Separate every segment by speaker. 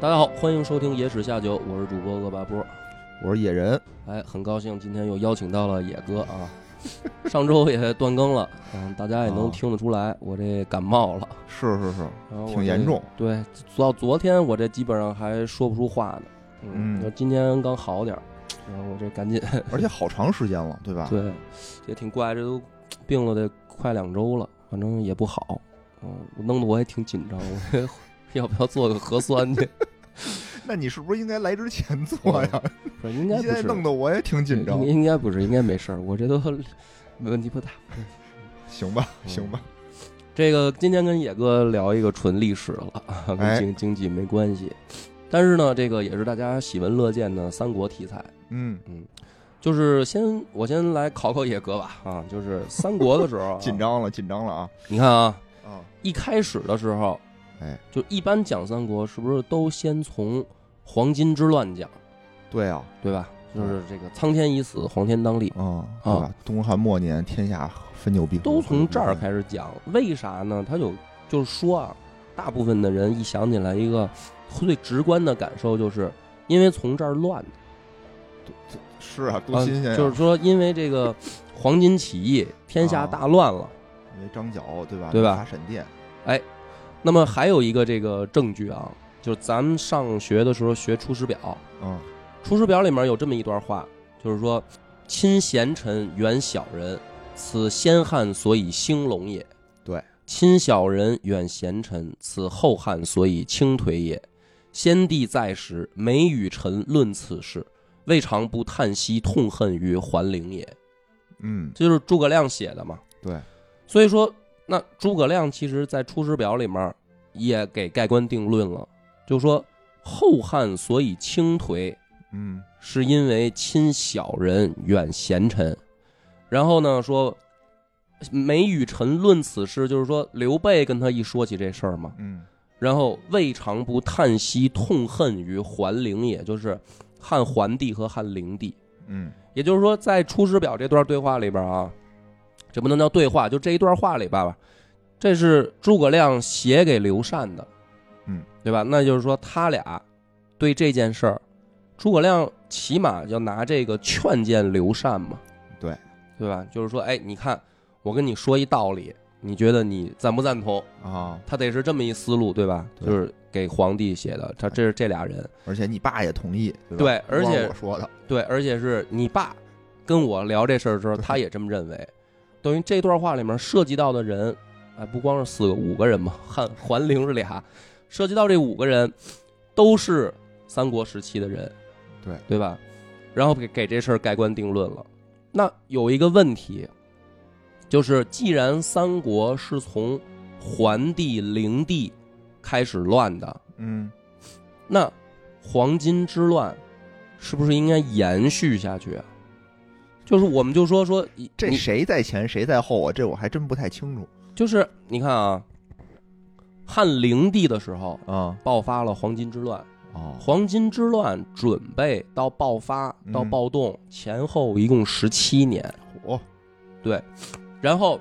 Speaker 1: 大家好，欢迎收听《野史下酒》，我是主播恶霸波。
Speaker 2: 我是野人，
Speaker 1: 哎，很高兴今天又邀请到了野哥 啊。上周也断更了，嗯，大家也能
Speaker 2: 啊
Speaker 1: 听得出来，我这感冒了，
Speaker 2: 是是是，
Speaker 1: 然后我
Speaker 2: 挺
Speaker 1: 这
Speaker 2: 严重。
Speaker 1: 对，到昨天我这基本上还说不出话呢，
Speaker 2: 嗯
Speaker 1: 那今天刚好点儿，然后我这赶紧，
Speaker 2: 而且好长时间了，对吧？
Speaker 1: 对，也挺怪，这都病了得快两周了，反正也不好，嗯，弄得我也 挺紧张，我要不要做个核酸 去？
Speaker 2: 那你是不是应该来之前做呀？
Speaker 1: 不是，应
Speaker 2: 你
Speaker 1: 该不
Speaker 2: 现在
Speaker 1: 是。嗯
Speaker 2: 弄得我也挺紧张
Speaker 1: 应。应该不是，应该没事儿，我这都问题不大。
Speaker 2: 行吧，
Speaker 1: 嗯
Speaker 2: 行吧，
Speaker 1: 这个今天跟野哥聊一个纯历史了， 跟
Speaker 2: 哎
Speaker 1: 经经济没关系。但是呢，这个也是大家喜闻乐见的三国题材。
Speaker 2: 嗯，，
Speaker 1: 就是先我先来考考野哥吧，啊，就是三国的时候、啊
Speaker 2: 紧。张了，紧张了啊
Speaker 1: 你看啊，
Speaker 2: 啊！
Speaker 1: 一开始的时候，
Speaker 2: 哎，
Speaker 1: 就一般讲三国是不是都先从黄巾之乱讲，
Speaker 2: 对啊，
Speaker 1: 对吧？就是这个苍天已死，黄天当立，
Speaker 2: 嗯，对吧？东汉末年，天下分久必合，
Speaker 1: 啊都从这儿
Speaker 2: 始。
Speaker 1: 开始讲。为啥呢？他有就是说啊，大部分的人一想起来，一个最直观的感受就是因为从这儿乱的，
Speaker 2: 是啊，
Speaker 1: 啊
Speaker 2: 多新鲜呀！
Speaker 1: 就是说因为这个黄巾起义，天
Speaker 2: 啊
Speaker 1: 下大乱了。
Speaker 2: 因为张角，对吧？
Speaker 1: 对吧
Speaker 2: 打闪电，
Speaker 1: 那么还有一个这个证据啊，就是咱们上学的时候学《出师表》，
Speaker 2: 嗯，
Speaker 1: 《出师表》里面有这么一段话，就是说：“亲贤臣，远小人，此先汉所以兴隆也。”
Speaker 2: 对，
Speaker 1: 亲小人，远贤臣，此后汉所以倾颓也。先帝在时，每与臣论此事，未尝不叹息痛恨于桓灵也。
Speaker 2: 嗯，
Speaker 1: 这就是诸葛亮写的嘛。
Speaker 2: 对，
Speaker 1: 所以说，那诸葛亮其实在《出师表》里面也给盖棺定论了，就说后汉所以倾颓，
Speaker 2: 嗯，
Speaker 1: 是因为亲小人远贤臣。然后呢，说每与臣论此事，就是说刘备跟他一说起这事儿嘛，
Speaker 2: 嗯，
Speaker 1: 然后未尝不叹息痛恨于桓灵，也就是汉桓帝和汉灵帝。
Speaker 2: 嗯，
Speaker 1: 也就是说，在《出师表》这段对话里边啊，这不能叫对话，就这一段话里边吧，这是诸葛亮写给刘禅的，
Speaker 2: 嗯，
Speaker 1: 对吧？那就是说他俩对这件事儿，诸葛亮起码要拿这个劝谏刘禅嘛，
Speaker 2: 对，
Speaker 1: 对吧？就是说，哎，你看，我跟你说一道理，你觉得你赞不赞同？
Speaker 2: 啊，
Speaker 1: 他得是这么一思路，对吧？
Speaker 2: 对
Speaker 1: 就是给皇帝写的，他这是这俩人，
Speaker 2: 而且你爸也同意，对吧？
Speaker 1: 对而
Speaker 2: 不光
Speaker 1: 且
Speaker 2: 我说的，
Speaker 1: 对，而且是你爸跟我聊这事儿的时 候，他也这么认为。等于这段话里面涉及到的人，哎，不光是四个五个人嘛，汉桓灵是俩，涉及到这五个人都是三国时期的人，
Speaker 2: 对
Speaker 1: 对吧？然后给给这事儿盖棺定论了。那有一个问题，就是既然三国是从桓帝、灵帝开始乱的，
Speaker 2: 嗯，
Speaker 1: 那黄巾之乱是不是应该延续下去啊？就是我们就说说你
Speaker 2: 这
Speaker 1: 你
Speaker 2: 谁在前谁在后啊？这我还真不太清楚
Speaker 1: 就是你看啊，汉灵帝的时候
Speaker 2: 啊。
Speaker 1: 爆发了黄巾之乱，
Speaker 2: 哦，
Speaker 1: 黄巾之乱准备到爆发
Speaker 2: 嗯
Speaker 1: 到暴动、前后一共十七年，
Speaker 2: 火，
Speaker 1: 然后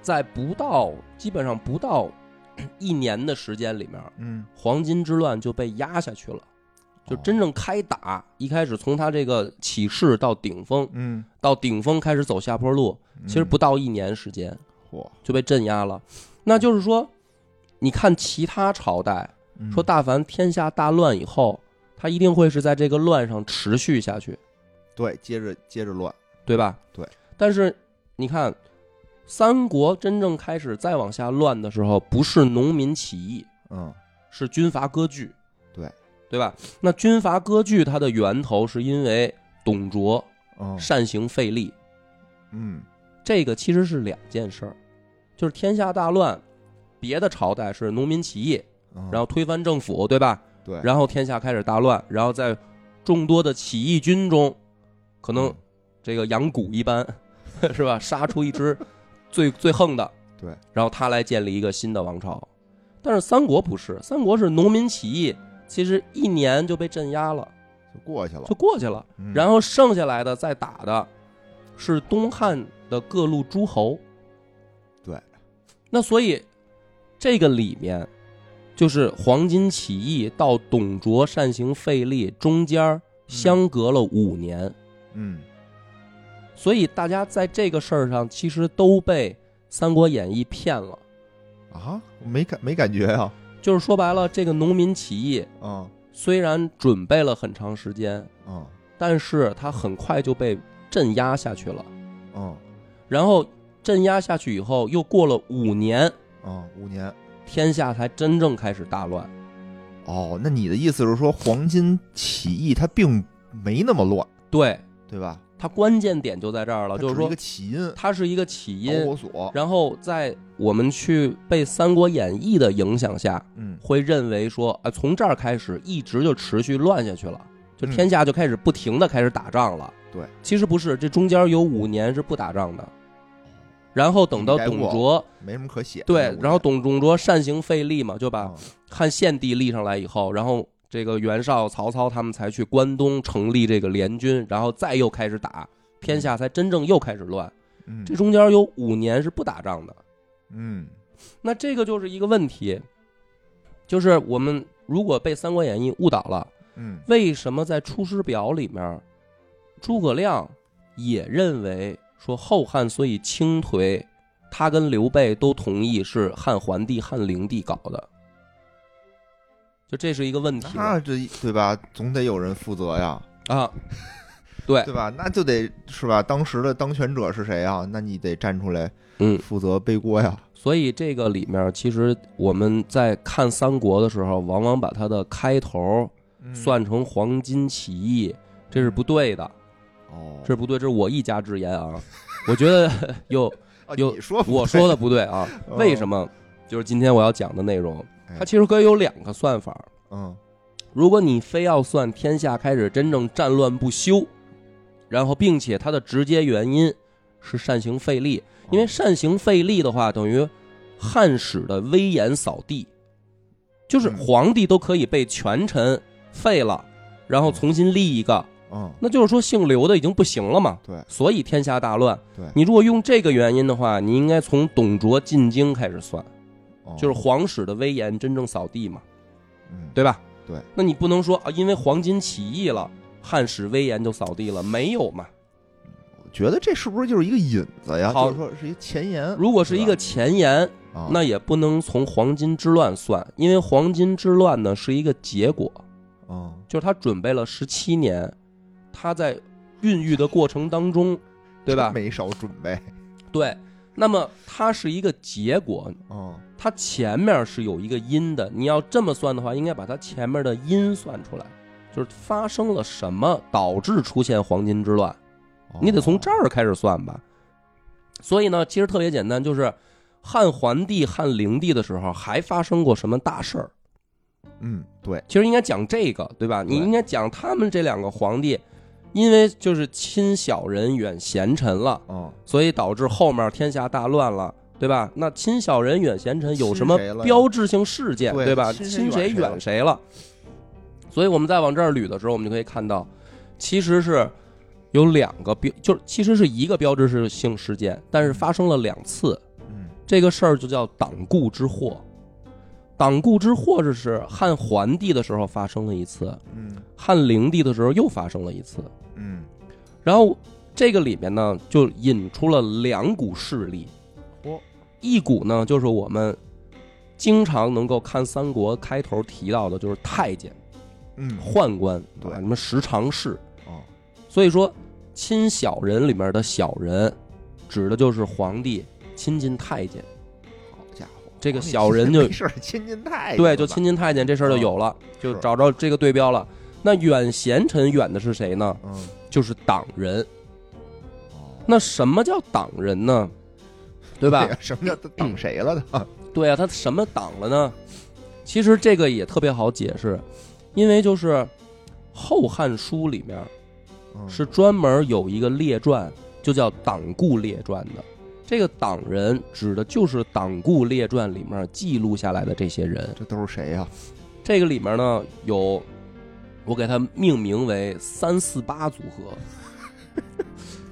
Speaker 1: 在不到基本上不到一年的时间里面，
Speaker 2: 嗯，哦
Speaker 1: 黄巾之乱就被压下去了。就真正开打，一开始从他这个起势到顶峰，
Speaker 2: 嗯，
Speaker 1: 到顶峰开始走下坡路，其实不到一年时间
Speaker 2: 火，
Speaker 1: 就被镇压了。那就是说，你看其他朝代，
Speaker 2: 嗯
Speaker 1: 说大凡天下大乱以后，他一定会是在这个乱上持续下去，
Speaker 2: 对，接着接着乱，
Speaker 1: 对吧？
Speaker 2: 对。
Speaker 1: 但是你看，三国真正开始再往下乱的时候，不是农民起义，
Speaker 2: 嗯，
Speaker 1: 是军阀割据，
Speaker 2: 对
Speaker 1: 对吧？那军阀割据它的源头是因为董卓
Speaker 2: 哦，
Speaker 1: 擅行废立，
Speaker 2: 嗯，
Speaker 1: 这个其实是两件事儿，就是天下大乱，别的朝代是农民起义，
Speaker 2: 然
Speaker 1: 然后推翻政府，对吧？
Speaker 2: 嗯对，
Speaker 1: 然后天下开始大乱，然后在众多的起义军中，可
Speaker 2: 嗯
Speaker 1: 能这个养蛊一般， 是吧？杀出一支最最横的，
Speaker 2: 嗯对，
Speaker 1: 然后他来建立一个新的王朝。但是三国不是，三国是农民起义，其实一年就被镇压了，
Speaker 2: 就过去了
Speaker 1: 就。过去了。
Speaker 2: 嗯
Speaker 1: 然后剩下来的再打的，是东汉的各路诸侯。
Speaker 2: 对，
Speaker 1: 那所以这个里面，就是黄巾起义到董卓擅行废立中间儿相隔了五年，
Speaker 2: 嗯，
Speaker 1: 所以大家在这个事儿上其实都被《三国演义》骗了。
Speaker 2: 啊，没感没感觉啊，
Speaker 1: 就是说白了，这个农民起义
Speaker 2: 嗯
Speaker 1: 虽然准备了很长时间，
Speaker 2: 嗯
Speaker 1: 但是它很快就被镇压下去了。
Speaker 2: 嗯
Speaker 1: 然后镇压下去以后，又过了五年，
Speaker 2: 嗯，五年。
Speaker 1: 天下才真正开始大乱。
Speaker 2: 哦，那你的意思是说，黄巾起义它并没那么乱，
Speaker 1: 对，
Speaker 2: 对吧？
Speaker 1: 它关键点就在这儿了，
Speaker 2: 它
Speaker 1: 就是
Speaker 2: 只一
Speaker 1: 说
Speaker 2: 个哦起因，
Speaker 1: 它是一个起
Speaker 2: 导
Speaker 1: 因
Speaker 2: 火。索。
Speaker 1: 然后在我们去被《三国演义》的影响下，
Speaker 2: 嗯，
Speaker 1: 会认为说，啊、从这儿开始一直就持续乱下去了，就
Speaker 2: 嗯
Speaker 1: 天下就开始不停的开始打仗了。
Speaker 2: 对，
Speaker 1: 其实不是，这中间有五年是不打仗的。然后等到
Speaker 2: 改
Speaker 1: 董
Speaker 2: 过
Speaker 1: 卓
Speaker 2: 没什么可写的。
Speaker 1: 对，然后
Speaker 2: 懂
Speaker 1: 董董卓擅行废立嘛，就把
Speaker 2: 吧？
Speaker 1: 汉献帝立上来以后，然后这个袁绍、曹操他们才去关东成立这个联军，然后再又开始打，天下才真正又开始乱。
Speaker 2: 嗯，
Speaker 1: 这中间有五年是不打仗的，
Speaker 2: 嗯
Speaker 1: 那这个就是一个问题，就是我们如果被《三国演义》误导了，
Speaker 2: 嗯
Speaker 1: 为什么在《出师表》里面，诸葛亮也认为说后汉所以倾颓，他跟刘备都同意是汉桓帝、汉灵帝搞的，就这是一个问题嘛
Speaker 2: 那这对吧？总得有人负责呀，
Speaker 1: 啊。对，
Speaker 2: 对吧？那就得是吧？当时的当权者是谁啊？那你得站出来
Speaker 1: 嗯，
Speaker 2: 负责背锅呀。
Speaker 1: 所以这个里面其实我们在看三国的时候，往往把它的开头
Speaker 2: 嗯
Speaker 1: 算成黄巾起义，这是不对的，
Speaker 2: 哦，
Speaker 1: 这是不对，这是我一家之言啊。我觉得 有
Speaker 2: 啊
Speaker 1: 有
Speaker 2: 你说
Speaker 1: 我说的不对啊，
Speaker 2: 哦
Speaker 1: 为什么？就是今天我要讲的内容，
Speaker 2: 哎
Speaker 1: 它其实可以有两个算法。
Speaker 2: 嗯
Speaker 1: 如果你非要算天下开始真正战乱不休，然后并且它的直接原因是擅行废立，因为擅行废立的话，等于汉室的威严扫地，就是
Speaker 2: 嗯
Speaker 1: 皇帝都可以被权臣废了，然后重新立一个，
Speaker 2: 嗯
Speaker 1: 那就是说姓刘的已经不行了嘛。
Speaker 2: 对
Speaker 1: 所以天下大乱。
Speaker 2: 对
Speaker 1: 你如果用这个原因的话，你应该从董卓进京开始算，
Speaker 2: 哦
Speaker 1: 就是皇室的威严真正扫地嘛，
Speaker 2: 嗯
Speaker 1: 对吧？
Speaker 2: 对。
Speaker 1: 那你不能说啊，因为黄巾起义了，汉室威严就扫地了，没有嘛？
Speaker 2: 觉得这是不是就是一个引子呀？
Speaker 1: 好
Speaker 2: 就是说是一个前言。
Speaker 1: 如果是一个前言，
Speaker 2: 嗯啊
Speaker 1: 那也不能从黄巾之乱算，因为黄巾之乱呢是一个结果，
Speaker 2: 嗯
Speaker 1: 就是他准备了十七年，他在孕育的过程当中，对吧？
Speaker 2: 没少准备。
Speaker 1: 对。那么它是一个结果，
Speaker 2: 嗯
Speaker 1: 它前面是有一个因的，你要这么算的话，应该把它前面的因算出来，就是发生了什么导致出现黄巾之乱，
Speaker 2: 哦
Speaker 1: 你得从这儿开始算吧。所以呢，其实特别简单，就是汉桓帝、汉灵帝的时候还发生过什么大事儿，
Speaker 2: 嗯对
Speaker 1: 其实应该讲这个，对吧？你
Speaker 2: 对
Speaker 1: 应该讲他们这两个皇帝，因为就是亲小人远贤臣了，
Speaker 2: 嗯
Speaker 1: 所以导致后面天下大乱了，对吧？那亲小人远贤臣有什么
Speaker 2: 亲谁了呀
Speaker 1: 标志性事件，
Speaker 2: 对
Speaker 1: 对吧？
Speaker 2: 亲
Speaker 1: 亲谁
Speaker 2: 谁远谁了
Speaker 1: 远谁了？所以我们再往这儿捋的时候，我们就可以看到，其实是有两个标，就是其实是一个标志性事件，但是发生了两次。
Speaker 2: 嗯
Speaker 1: 这个事儿就叫党锢之祸。党锢之祸是是汉桓帝的时候发生了一次，
Speaker 2: 嗯
Speaker 1: 汉灵帝的时候又发生了一次。
Speaker 2: 嗯，
Speaker 1: 然后这个里面呢，就引出了两股势力。
Speaker 2: 哦
Speaker 1: 一股呢，就是我们经常能够看三国开头提到的，就是太监、
Speaker 2: 嗯
Speaker 1: 宦官，
Speaker 2: 对
Speaker 1: 啊什么十常侍。
Speaker 2: 哦
Speaker 1: 所以说，亲小人里面的小人，指的就是皇帝亲近太监。
Speaker 2: 好家伙，
Speaker 1: 这个小人就
Speaker 2: 没事儿亲近太
Speaker 1: 对，就亲近太监这事儿就有
Speaker 2: 哦
Speaker 1: 了，就找着这个对标了。那远贤臣远的是谁呢？
Speaker 2: 嗯
Speaker 1: 就是党人。
Speaker 2: 哦哎
Speaker 1: 那什么叫党人呢？对 吧？
Speaker 2: 对呀什么叫等谁 了呢？
Speaker 1: 对啊，他什么党了呢？其实这个也特别好解释，因为就是《后汉书》里面
Speaker 2: 嗯
Speaker 1: 是专门有一个列传，就叫《党固列传》的。这个党人指的就是《党固列传》里面记录下来的这些人。
Speaker 2: 这都是谁呀？
Speaker 1: 这个里面呢有，我给它命名为“三四八组合”。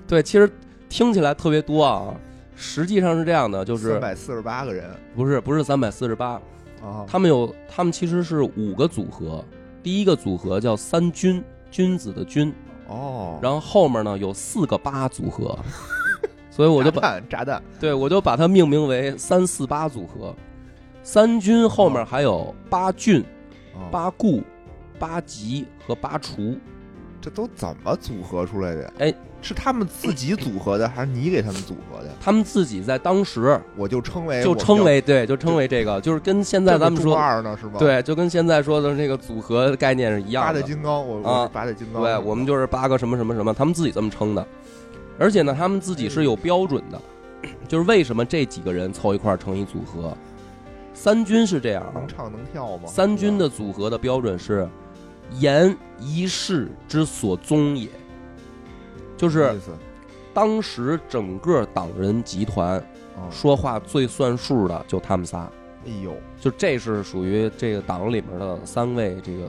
Speaker 1: 对，其实听起来特别多啊，实际上是这样的，就是
Speaker 2: 三百四十八个人
Speaker 1: 不是不是三百四十八，
Speaker 2: 啊，
Speaker 1: 他们有他们其实是五个组合，第一个组合叫三君，君子的君，
Speaker 2: 哦，
Speaker 1: 然后后面呢有四个八组合， 所以我就把
Speaker 2: 炸弹炸弹
Speaker 1: 对我就把它命名为三四八组合。三军后面还有八郡、
Speaker 2: 哦
Speaker 1: 八顾、八吉和八厨，
Speaker 2: 这都怎么组合出来的呀？
Speaker 1: 哎，
Speaker 2: 是他们自己组合的，还是你给他们组合的？
Speaker 1: 他们自己在当时
Speaker 2: 我就称为
Speaker 1: 就
Speaker 2: 哎我们
Speaker 1: 称
Speaker 2: 叫
Speaker 1: 为对，就称为这个，就是跟现在咱们
Speaker 2: 这个中
Speaker 1: 说
Speaker 2: 二呢是吗？，
Speaker 1: 对，就跟现在说的那个组合概念是一
Speaker 2: 八
Speaker 1: 样
Speaker 2: 代
Speaker 1: 的。
Speaker 2: 金刚，我
Speaker 1: 啊
Speaker 2: 我是八代金刚，
Speaker 1: 对，我们就是八个什么什么什么，他们自己这么称的。而且呢，他们自己是有标准的，就是为什么这几个人凑一块儿成一组合。三军是这样啊
Speaker 2: 能，唱能跳吗？
Speaker 1: 三军的组合的标准是言一事之所宗也，就
Speaker 2: 对吧
Speaker 1: 是
Speaker 2: 意思
Speaker 1: 当时整个党人集团
Speaker 2: 啊，
Speaker 1: 说话最算数的就他们仨，
Speaker 2: 哎呦，
Speaker 1: 就这是属于这个党里面的三位这个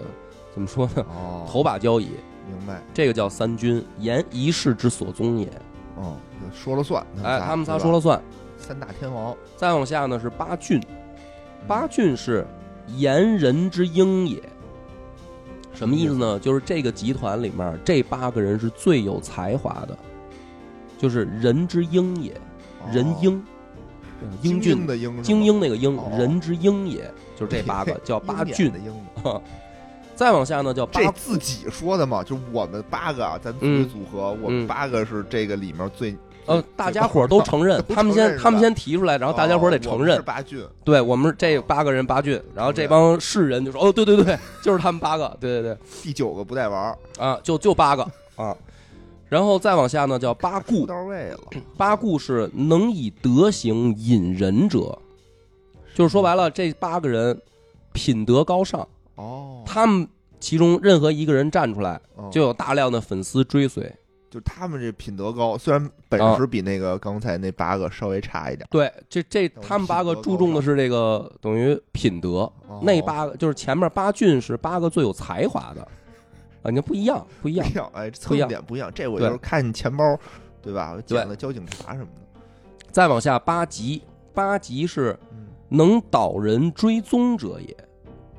Speaker 1: 怎么说呢？
Speaker 2: 哦，
Speaker 1: 头把交椅，
Speaker 2: 明白，
Speaker 1: 这个叫三军，言一事之所宗也。
Speaker 2: 嗯，说了算，
Speaker 1: 哎，他们仨
Speaker 2: 对吧
Speaker 1: 说了算。
Speaker 2: 三大天王，
Speaker 1: 再往下呢是八郡，
Speaker 2: 嗯
Speaker 1: 八郡是言人之英也。什么意思
Speaker 2: 什
Speaker 1: 呢？就是这个集团里面这八个人是最有才华的，就是人之英也，人
Speaker 2: 哦
Speaker 1: 英，嗯英俊
Speaker 2: 的英是吗，
Speaker 1: 精英那个英，
Speaker 2: 哦
Speaker 1: 人之英也，就是这八 个叫八郡
Speaker 2: 鹰眼的。鹰嘛
Speaker 1: 再往下呢叫
Speaker 2: 这
Speaker 1: 八，
Speaker 2: 自己说的嘛，就是我们八个啊，咱自己
Speaker 1: 嗯
Speaker 2: 组合，我们
Speaker 1: 嗯
Speaker 2: 八个是这个里面最
Speaker 1: 呃，大家伙儿都承认，
Speaker 2: 都
Speaker 1: 他们
Speaker 2: 承
Speaker 1: 先
Speaker 2: 认是吧
Speaker 1: 他们先提出来，然后大家伙儿得
Speaker 2: 哦我
Speaker 1: 承
Speaker 2: 们
Speaker 1: 认
Speaker 2: 是。八郡，
Speaker 1: 对我们这八个人八郡，然后这帮世人就说：“哦，对对 对，就是他们八个，对对
Speaker 2: 第九个不带玩儿，
Speaker 1: 对，啊，就就八个啊。”然后再往下呢，叫八
Speaker 2: 不
Speaker 1: 顾，
Speaker 2: 到位了，
Speaker 1: 八顾是能以德行引人者，就是说白了，这八个人品德高尚，
Speaker 2: 哦，
Speaker 1: 他们其中任何一个人站出来，
Speaker 2: 嗯
Speaker 1: 就有大量的粉丝追随。
Speaker 2: 就他们这品德高，虽然本事比那个刚才那八个稍微差一点，
Speaker 1: 对，这这
Speaker 2: 有
Speaker 1: 他们八个
Speaker 2: 品德
Speaker 1: 注重的是这个等于品德，
Speaker 2: 哦
Speaker 1: 那八个就是前面八郡是八个最有才华的，啊，你看不一样，不一
Speaker 2: 不
Speaker 1: 样
Speaker 2: 一。样，哎，
Speaker 1: 不
Speaker 2: 侧
Speaker 1: 一
Speaker 2: 重
Speaker 1: 样
Speaker 2: 点不一样，这我
Speaker 1: 对
Speaker 2: 就是看钱包，对吧？我捡了交警察什么的，
Speaker 1: 再往下八级，八级是
Speaker 2: 嗯，
Speaker 1: 能导人追踪者也，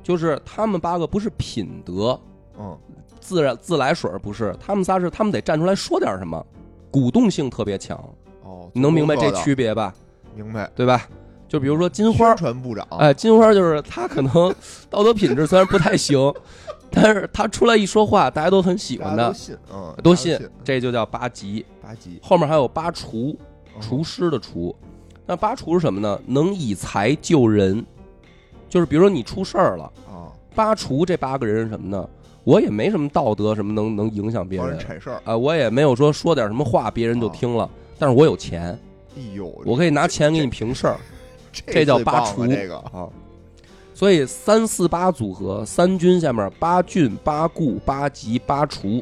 Speaker 1: 就是他们八个不是品德
Speaker 2: 嗯，
Speaker 1: 自然自来水儿不是，他们仨是他们得站出来说点什么，鼓动性特别强，
Speaker 2: 哦，
Speaker 1: 你能明白
Speaker 2: 做
Speaker 1: 这
Speaker 2: 功课的
Speaker 1: 区别吧？
Speaker 2: 明白？
Speaker 1: 对吧？就比如说金花
Speaker 2: 宣，传部长，
Speaker 1: 哎，金花就是她可能道德品质虽然不太行， 但是她出来一说话，大家都很喜
Speaker 2: 大
Speaker 1: 欢
Speaker 2: 家
Speaker 1: 的
Speaker 2: 都，信，嗯，
Speaker 1: 都
Speaker 2: 信
Speaker 1: 信，这就叫八级。
Speaker 2: 八级
Speaker 1: 后面还有八厨，
Speaker 2: 嗯
Speaker 1: 厨师的厨。那八厨是什么呢？能以财救人，就是比如说你出事儿了，
Speaker 2: 啊，
Speaker 1: 八厨这八个人是什么呢？我也没什么道德，什么能能影响别
Speaker 2: 帮
Speaker 1: 人
Speaker 2: 人啊铲事儿，
Speaker 1: 啊、我也没有说说点什么话别人就听了，但是我有钱，
Speaker 2: 哎呦，
Speaker 1: 我可以拿钱给你平事儿
Speaker 2: 这
Speaker 1: 叫
Speaker 2: 最
Speaker 1: 八
Speaker 2: 棒了
Speaker 1: 厨
Speaker 2: 这个
Speaker 1: 啊。所以三四八组合，三军下面八郡、八顾、八吉、八厨，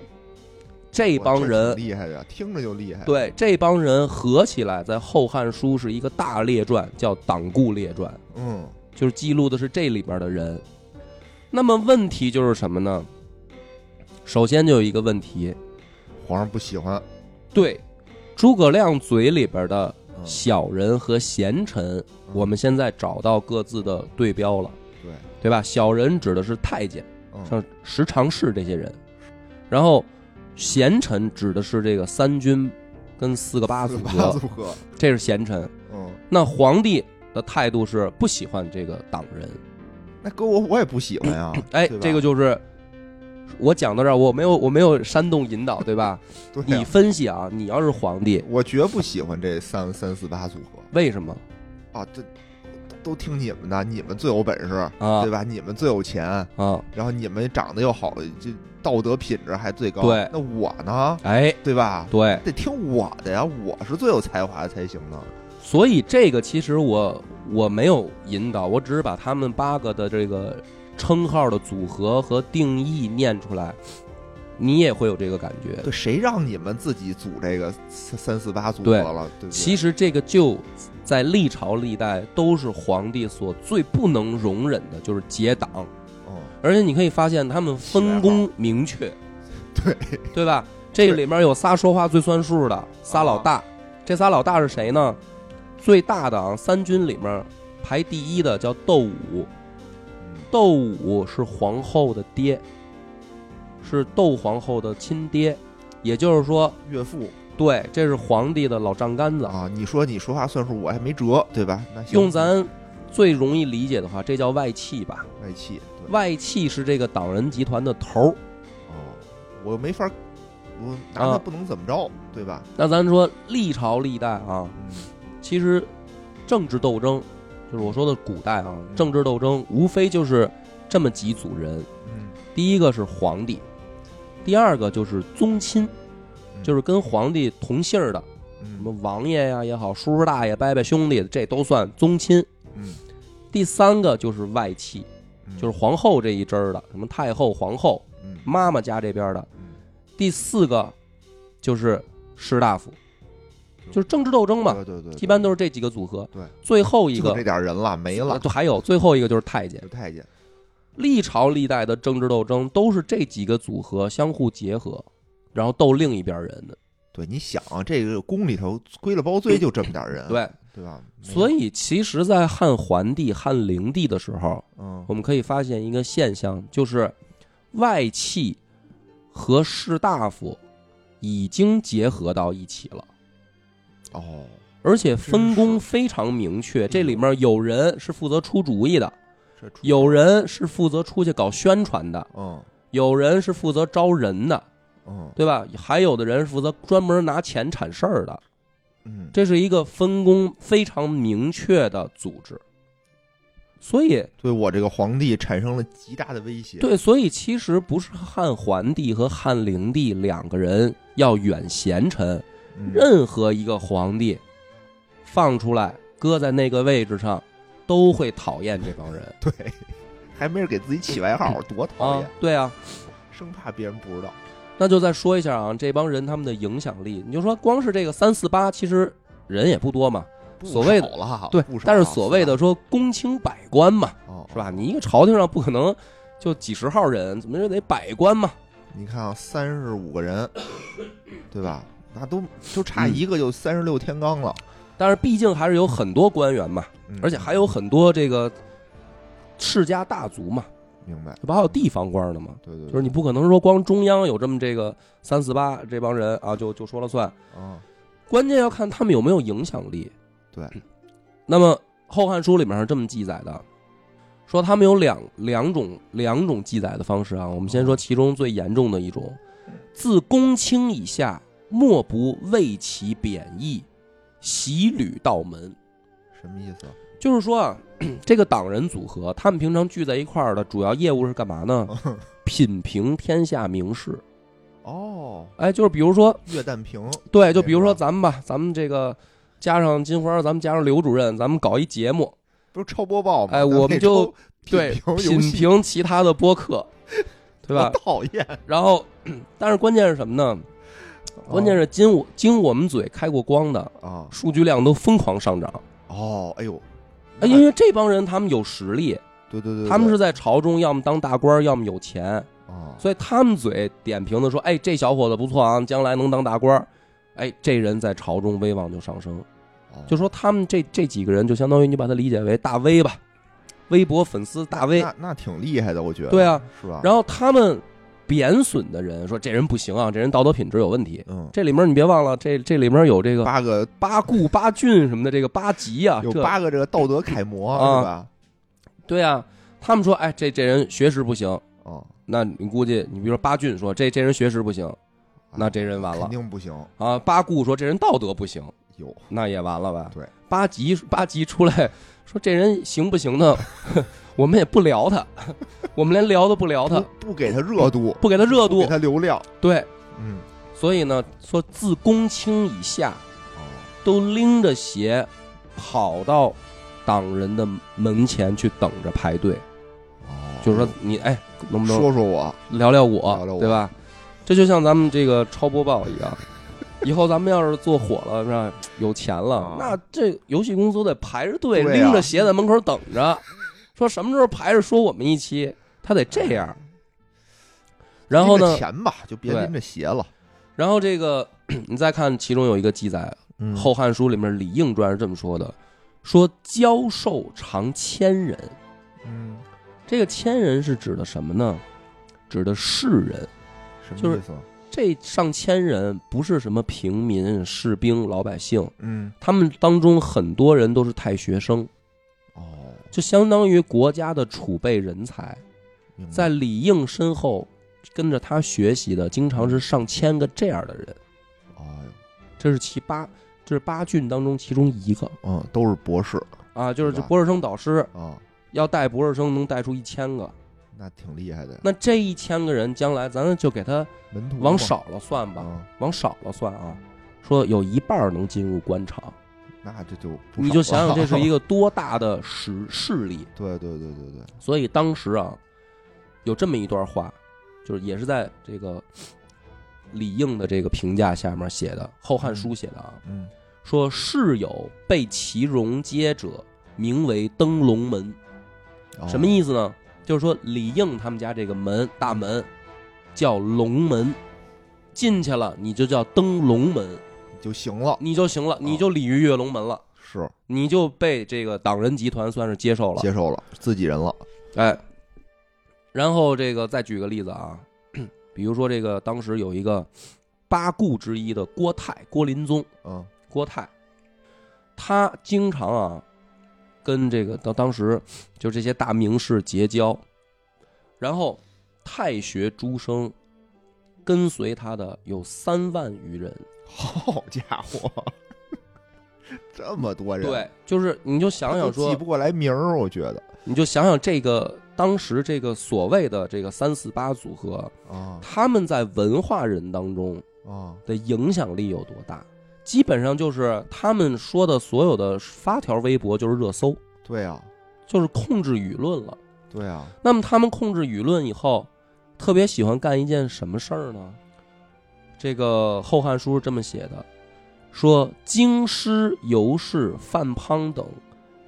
Speaker 1: 这
Speaker 2: 哇
Speaker 1: 帮
Speaker 2: 挺
Speaker 1: 人
Speaker 2: 厉害的，听着就厉害，，
Speaker 1: 对，这帮人合起来，在《后汉书》是一个大列传，叫《党固列传》，
Speaker 2: 嗯，
Speaker 1: 就是记录的是这里边的人。那么问题就是什么呢？首先就有一个问题，
Speaker 2: 皇上不喜欢，
Speaker 1: 对诸葛亮嘴里边的
Speaker 2: 嗯
Speaker 1: 小人和贤臣，我们现在找到各自的对标了，
Speaker 2: 对，
Speaker 1: 对吧？小人指的是太监，
Speaker 2: 嗯，
Speaker 1: 像十常侍这些人，然后贤臣指的是这个三军跟四个八
Speaker 2: 四
Speaker 1: 组
Speaker 2: 个八
Speaker 1: 合，
Speaker 2: 组合，
Speaker 1: 这是贤臣。
Speaker 2: 嗯，
Speaker 1: 那皇帝的态度是不喜欢这个党人，
Speaker 2: 那搁我我也不喜欢 呀，
Speaker 1: 哎
Speaker 2: 对，吧
Speaker 1: 这个就是我讲到这儿，我没有我没有煽动引导，对吧？
Speaker 2: 对呀
Speaker 1: 你分析啊，你要是皇帝，
Speaker 2: 我绝不喜欢这三三四八组合
Speaker 1: 为什么
Speaker 2: 啊，这都听你们的，你们最有本事，
Speaker 1: 啊
Speaker 2: 对吧？你们最有钱，
Speaker 1: 啊？
Speaker 2: 然后你们长得又好，就道德品质还最高。
Speaker 1: 对
Speaker 2: 那我呢？
Speaker 1: 哎，
Speaker 2: 对吧？
Speaker 1: 对，
Speaker 2: 得听我的呀，我是最有才华的才行呢。
Speaker 1: 所以这个其实我我没有引导，我只是把他们八个的这个称号的组合和定义念出来，你也会有这个感觉。
Speaker 2: 对，谁让你们自己组这个三三四八组合了？对不对？
Speaker 1: 其实这个就在历朝历代都是皇帝所最不能容忍的，就是结党。
Speaker 2: 哦，
Speaker 1: 而且你可以发现他们分工明确，
Speaker 2: 对
Speaker 1: 对吧？这里面有仨说话最算数的，仨老大。这仨老大是谁呢？最大的啊，三军里面排第一的叫窦武，
Speaker 2: 嗯
Speaker 1: 窦武是皇后的爹，是窦皇后的亲爹，也就是说，
Speaker 2: 岳父
Speaker 1: 对，这是皇帝的老丈杆子啊。
Speaker 2: 啊，你说你说话算数，我还没辙，对吧？那行
Speaker 1: 用咱最容易理解的话，这叫外戚吧？
Speaker 2: 外戚，对
Speaker 1: 外戚是这个党人集团的头儿。
Speaker 2: 哦，我没法，我拿他
Speaker 1: 啊
Speaker 2: 不能怎么着，对吧？
Speaker 1: 那咱说历朝历代啊，
Speaker 2: 嗯，
Speaker 1: 其实政治斗争，就是我说的古代啊，
Speaker 2: 嗯
Speaker 1: 政治斗争无非就是这么几组人，
Speaker 2: 嗯
Speaker 1: 第一个是皇帝，第二个就是宗亲，
Speaker 2: 嗯
Speaker 1: 就是跟皇帝同姓儿的，什么
Speaker 2: 嗯
Speaker 1: 王爷呀、也好，叔叔大爷、伯伯兄弟，这都算宗亲。
Speaker 2: 嗯，
Speaker 1: 第三个就是外戚，
Speaker 2: 嗯
Speaker 1: 就是皇后这一支儿的，什么太后、皇后、
Speaker 2: 嗯
Speaker 1: 妈妈家这边的。
Speaker 2: 嗯
Speaker 1: 第四个就是士大夫，就是政治斗争嘛，
Speaker 2: 嗯对对对，
Speaker 1: 一般都
Speaker 2: 是
Speaker 1: 是这几个组合。
Speaker 2: 对，
Speaker 1: 最后一
Speaker 2: 就
Speaker 1: 个
Speaker 2: 这点人了，没了
Speaker 1: 呃，还有最后一个就是太监
Speaker 2: 有。太监，
Speaker 1: 历朝历代的政治斗争都是这几个组合相互结合，然后斗另一边人的。
Speaker 2: 对，你想啊这个宫里头归了包堆就这么点人，
Speaker 1: 对，
Speaker 2: 对吧？呃没
Speaker 1: 所
Speaker 2: 有
Speaker 1: 以其实，在汉桓帝、汉灵帝的时候，
Speaker 2: 嗯
Speaker 1: 我们可以发现一个现象，就是外戚和士大夫已经结合到一起了，
Speaker 2: 哦，
Speaker 1: 而且分
Speaker 2: 真
Speaker 1: 工
Speaker 2: 是嗯
Speaker 1: 非常明确。这里面有人是负责出主意的，
Speaker 2: 这出
Speaker 1: 有人是负责出去搞宣传的，
Speaker 2: 嗯
Speaker 1: 有人是负责招人的，
Speaker 2: 嗯
Speaker 1: 对吧？还有的人是负责专门拿钱铲事儿的。
Speaker 2: 嗯，
Speaker 1: 这是一个分工非常明确的组织，所以
Speaker 2: 对我这个皇帝产生了极大的威胁，
Speaker 1: 对，所以其实不是汉桓帝和汉灵帝两个人要远贤臣，
Speaker 2: 嗯，
Speaker 1: 任何一个皇帝放出来搁在那个位置上，都会讨厌这帮人
Speaker 2: 对，还没人给自己起外号，多讨
Speaker 1: 啊
Speaker 2: 厌，。
Speaker 1: 对啊，
Speaker 2: 生怕别人不知道。
Speaker 1: 那就再说一下啊，这帮人他们的影响力，你就说光是这个三四八，其实人也不多嘛，所谓的
Speaker 2: 不少了，
Speaker 1: 对
Speaker 2: 不，少啊
Speaker 1: 但是
Speaker 2: 了
Speaker 1: 所谓的说公卿百官嘛，
Speaker 2: 哦，
Speaker 1: 是吧？你一个朝廷上不可能就几十号人，怎么着得百官嘛？
Speaker 2: 你看啊，三十五个人，对吧？那都就差
Speaker 1: 嗯
Speaker 2: 一个就三十六天罡了，
Speaker 1: 但是毕竟还是有很多官员嘛，
Speaker 2: 嗯
Speaker 1: 而且还有很多这个世家大族嘛，
Speaker 2: 明白？
Speaker 1: 这不还有地方官呢嘛？
Speaker 2: 对对，对
Speaker 1: 就是你不可能说光中央有这么这个三四八这帮人啊，就就说了算。
Speaker 2: 啊，
Speaker 1: 关键要看他们有没有影响力。
Speaker 2: 对，
Speaker 1: 那么《后汉书》里面是这么记载的，说他们有两两种两种记载的方式啊。我们先说其中最严重的一种，自公卿以下，莫不为其贬义，习履道门。
Speaker 2: 什么意思？
Speaker 1: 就是说啊， 这个党人组合，他们平常聚在一块儿的主要业务是干嘛呢？品评天下名士。
Speaker 2: 哦，
Speaker 1: 哎，就是比如说，
Speaker 2: 岳旦平，
Speaker 1: 对，就比如
Speaker 2: 明白
Speaker 1: 说咱们吧，咱们这个加上金花，咱们加上刘主任，咱们搞一节目，
Speaker 2: 不是超播报吗？
Speaker 1: 哎
Speaker 2: 咱
Speaker 1: 我
Speaker 2: 那
Speaker 1: 们就
Speaker 2: 周
Speaker 1: 对，
Speaker 2: 品评游
Speaker 1: 品
Speaker 2: 戏，
Speaker 1: 评其他的播 客，对吧
Speaker 2: 我？讨厌，
Speaker 1: 然后， 但是关键是什么呢？关键是经我经我们嘴开过光的
Speaker 2: 啊，
Speaker 1: 数据量都疯狂上涨，
Speaker 2: 哦，哎呦，
Speaker 1: 哎因为这帮人他们有实力，
Speaker 2: 对对对，
Speaker 1: 他们是在朝中要么当大官，要么有钱，
Speaker 2: 啊，
Speaker 1: 所以他们嘴点评的说，哎，这小伙子不错啊，将来能当大官儿，哎，这人在朝中威望就上升。
Speaker 2: 哦
Speaker 1: 就说他们这这几个人，就相当于你把他理解为大 V 吧，微博粉丝大 V。
Speaker 2: 那那挺厉害的，我觉得，
Speaker 1: 对啊，
Speaker 2: 是吧？
Speaker 1: 然后他们贬损的人说这人不行啊，这人道德品质有问题。
Speaker 2: 嗯，
Speaker 1: 这里面你别忘了，这这里面有这个
Speaker 2: 八个
Speaker 1: 八顾八郡什么的，这个八级啊，
Speaker 2: 有
Speaker 1: 这
Speaker 2: 八个这个道德楷模，
Speaker 1: 啊
Speaker 2: 是吧？
Speaker 1: 对啊，他们说哎这这人学识不行，
Speaker 2: 哦，
Speaker 1: 那你估计你比如说八郡说这这人学识不行，那这人完
Speaker 2: 啊肯
Speaker 1: 了
Speaker 2: 定不行，
Speaker 1: 啊。八顾说这人道德不行，
Speaker 2: 有
Speaker 1: 那也完了吧？
Speaker 2: 对，
Speaker 1: 八级八级出来说这人行不行呢？ 我们也不聊他， 我们连聊都不聊他，
Speaker 2: 不不给他热度，
Speaker 1: 不给他热
Speaker 2: 不给
Speaker 1: 度。
Speaker 2: 他流量，
Speaker 1: 对，
Speaker 2: 嗯，
Speaker 1: 所以呢，说自公卿以下
Speaker 2: 哦，
Speaker 1: 都拎着鞋跑到党人的门前去等着排队。
Speaker 2: 哦，嗯
Speaker 1: 就是说你哎，能不能
Speaker 2: 说说我，
Speaker 1: 聊聊我，
Speaker 2: 聊聊我
Speaker 1: 对吧？这就像咱们这个超播报一样， 以后咱们要是做火了，是吧？有钱了
Speaker 2: 啊，
Speaker 1: 那这游戏公司得排着队，
Speaker 2: 对啊
Speaker 1: 拎着鞋在门口等 着，说什么时候排着说我们一期，他得这
Speaker 2: 哎
Speaker 1: 样。然后
Speaker 2: 嗯拎着
Speaker 1: 呢，
Speaker 2: 钱吧，就别
Speaker 1: 对
Speaker 2: 拎着鞋了。
Speaker 1: 然后这个 你再看其中有一个记载，啊
Speaker 2: 嗯
Speaker 1: 《后汉书》里面李应传是这么说的：说教授常千人，
Speaker 2: 嗯，
Speaker 1: 这个千人是指的什么呢？指的士人。
Speaker 2: 什
Speaker 1: 就
Speaker 2: 么
Speaker 1: 是
Speaker 2: 意思？啊
Speaker 1: 这上千人不是什么平民、士兵、老百姓，
Speaker 2: 嗯，
Speaker 1: 他们当中很多人都是太学生，
Speaker 2: 哦，
Speaker 1: 就相当于国家的储备人才。
Speaker 2: 明白
Speaker 1: 在李应身后跟着他学习的，经常是上千个这样的人。
Speaker 2: 哦，
Speaker 1: 这是其八，这是八郡当中其中一个
Speaker 2: 嗯，都是博士
Speaker 1: 啊，就是这
Speaker 2: 对吧
Speaker 1: 博士生导师
Speaker 2: 啊，
Speaker 1: 要带博士生能带出一千个，
Speaker 2: 那挺厉害的。
Speaker 1: 那这一千个人将来咱就给他
Speaker 2: 门徒
Speaker 1: 往
Speaker 2: 嘛
Speaker 1: 少了算吧，
Speaker 2: 啊，
Speaker 1: 往少了算啊，说有一半儿能进入官场。
Speaker 2: 那这就不
Speaker 1: 你
Speaker 2: 少啊
Speaker 1: 就
Speaker 2: 了
Speaker 1: 想想这是一个多大的实势力。
Speaker 2: 对对对对对，
Speaker 1: 所以当时啊，有这么一段话，就是也是在这个李应的这个评价下面写的，《后汉书》写的啊，
Speaker 2: 嗯，
Speaker 1: 说世有被其戎接者，名为登龙门。
Speaker 2: 哦
Speaker 1: 什么意思呢？就是说李应他们家这个门大
Speaker 2: 嗯
Speaker 1: 门叫龙门，进去了你就叫登龙门，
Speaker 2: 就行了？
Speaker 1: 你就行了，
Speaker 2: 哦
Speaker 1: 你就鲤鱼跃龙门了。
Speaker 2: 是
Speaker 1: 你就被这个党人集团算是接受了，
Speaker 2: 接受了自己人了。
Speaker 1: 哎，然后这个再举个例子啊， 比如说这个当时有一个八顾之一的郭泰，郭林宗，
Speaker 2: 嗯
Speaker 1: 郭泰，他经常啊跟这个到当时就这些大名士结交，然后太学诸生跟随他的有三万余人，
Speaker 2: 好家伙， 这么多人，
Speaker 1: 对，就是你就想想
Speaker 2: 他都
Speaker 1: 说
Speaker 2: 记不，过来名儿，我觉得
Speaker 1: 你就想想这个当时这个所谓的这个三四八组合，
Speaker 2: 啊
Speaker 1: 他们在文化人当中
Speaker 2: 啊，
Speaker 1: 的影响力有多大？基本上就是他们说的所有的发条微博就是热搜，
Speaker 2: 对啊
Speaker 1: 就是控制舆论了。
Speaker 2: 对啊，
Speaker 1: 那么他们控制舆论以后，特别喜欢干一件什么事儿呢？这个《后汉书》是这么写的，说京师尤氏、范滂等，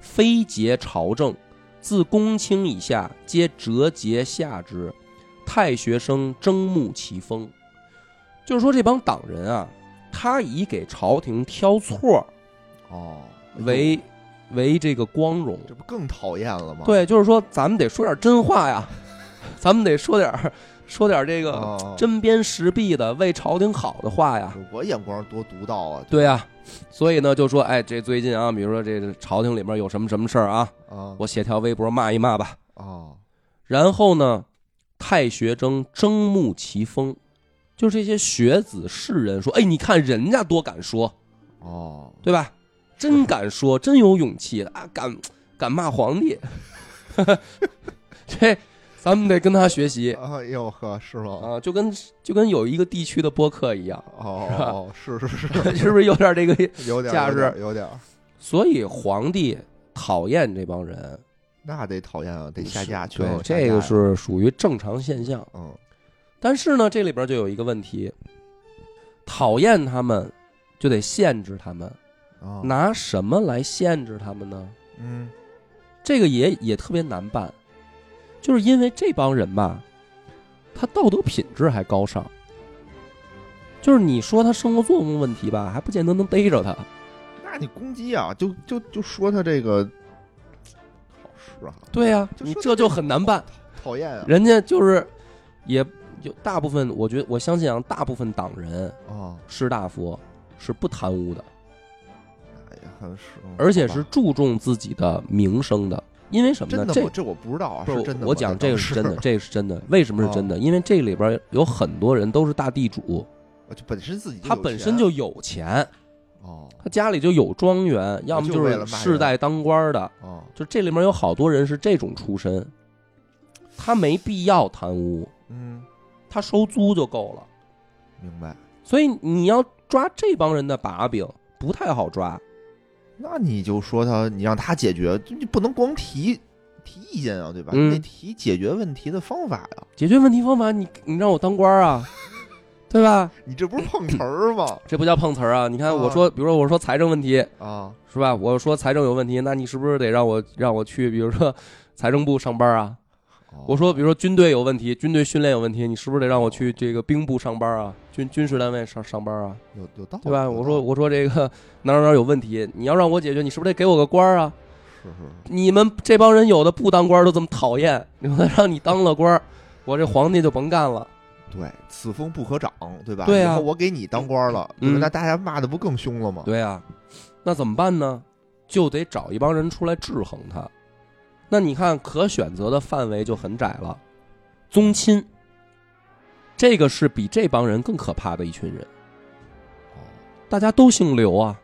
Speaker 1: 非结朝政，自公卿以下，皆折节下之。太学生争慕其风，就是说这帮党人啊，他以给朝廷挑错儿
Speaker 2: 哦，
Speaker 1: 为为这个光荣，
Speaker 2: 这不更讨厌了吗？
Speaker 1: 对，就是说咱们得说点真话呀，咱们得说点儿说点儿这个
Speaker 2: 啊，
Speaker 1: 针砭时弊的、为朝廷好的话呀。
Speaker 2: 我眼光多独到啊！
Speaker 1: 对呀、所以呢，就说哎，这最近啊，比如说这个朝廷里面有什么什么事儿啊，
Speaker 2: 啊，
Speaker 1: 我写条微博骂一骂吧。
Speaker 2: 啊，
Speaker 1: 然后呢，太学争争慕其风，就这些学子士人说，哎，你看人家多敢说，
Speaker 2: 哦，
Speaker 1: 对吧？真敢说，真有勇气啊，敢敢骂皇帝， 这咱们得跟他学习。
Speaker 2: 哎呦呵，是吗？
Speaker 1: 啊，就跟就跟有一个地区的播客一样，
Speaker 2: 哦
Speaker 1: 是吧
Speaker 2: 哦，是是是，
Speaker 1: 是不是有点这个？
Speaker 2: 有点
Speaker 1: 假
Speaker 2: 有点
Speaker 1: 日
Speaker 2: 有点，
Speaker 1: 所以皇帝讨厌这帮人，
Speaker 2: 那得讨厌啊，得下架去
Speaker 1: 对，这个是属于正常现象。
Speaker 2: 嗯
Speaker 1: 但是呢，这里边就有一个问题，讨厌他们就得限制他们，
Speaker 2: 啊，
Speaker 1: 拿什么来限制他们呢？
Speaker 2: 嗯
Speaker 1: 这个也也特别难办，就是因为这帮人吧，他道德品质还高尚，就是你说他生活作风问题吧，还不见得能逮着他。
Speaker 2: 那你攻击啊，就就就说他这个好事啊，
Speaker 1: 对呀、
Speaker 2: 就
Speaker 1: 你
Speaker 2: 说
Speaker 1: 这就很难办。
Speaker 2: 讨厌啊
Speaker 1: 人家就是也有大部分，我觉得我相信啊，大部分党人
Speaker 2: 啊，
Speaker 1: 士大夫是不贪污的，
Speaker 2: 哎呀，很是，嗯
Speaker 1: 而且
Speaker 2: 好
Speaker 1: 是
Speaker 2: 吧
Speaker 1: 注重自己的名声的。因为什么
Speaker 2: 真
Speaker 1: 呢？
Speaker 2: 的
Speaker 1: 这
Speaker 2: 吗？这我不知道啊，
Speaker 1: 不
Speaker 2: 是真的吗。哦
Speaker 1: 我讲这个是真的，这个是真的。为什么是真的？因为这里边有很多人都是大地主，
Speaker 2: 我 就本身自己就
Speaker 1: 他
Speaker 2: 有
Speaker 1: 本
Speaker 2: 钱
Speaker 1: 身就有钱，
Speaker 2: 哦
Speaker 1: 他家里就有庄园，要么
Speaker 2: 就
Speaker 1: 就
Speaker 2: 为
Speaker 1: 是
Speaker 2: 了骂人
Speaker 1: 世代当官的，
Speaker 2: 哦，
Speaker 1: 就这里面有好多人是这种出身，他没必要贪污，
Speaker 2: 嗯，
Speaker 1: 他收租就够了。
Speaker 2: 明白。
Speaker 1: 所以你要抓这帮人的把柄不太好抓。
Speaker 2: 那你就说他，你让他解决，就你不能光提提意见啊，对吧？
Speaker 1: 嗯
Speaker 2: 你得提解决问题的方法啊呀、
Speaker 1: 解决问题方法，你你让我当官儿啊，对吧？
Speaker 2: 你这不是 碰瓷儿吗？
Speaker 1: 这不叫碰瓷儿啊！你看，我说，比如说我说财政问题
Speaker 2: 啊，
Speaker 1: 是吧？我说财政有问题，那你是不是得让我让我去，比如说财政部上班啊？
Speaker 2: 哦
Speaker 1: 我说，比如说军队有问题，军队训练有问题，你是不是得让我去这个兵部上班啊？军军事单位上上班啊？
Speaker 2: 有有道理，
Speaker 1: 对吧？
Speaker 2: 有道理
Speaker 1: 我说我说这个 哪儿哪儿有问题，你要让我解决，你是不是得给我个官儿啊？
Speaker 2: 是是是
Speaker 1: 你们这帮人有的不当官儿都这么讨厌，你说让你当了官儿，我这皇帝就甭干了。
Speaker 2: 对，此风不可长，对吧？
Speaker 1: 对啊
Speaker 2: 以后我给你当官了，
Speaker 1: 嗯
Speaker 2: 对吧那大家骂的不更凶了吗？
Speaker 1: 对啊，那怎么办呢？就得找一帮人出来制衡他。那你看，可选择的范围就很窄了。宗亲，这个是比这帮人更可怕的一群人。
Speaker 2: 哦
Speaker 1: 大家都姓刘啊，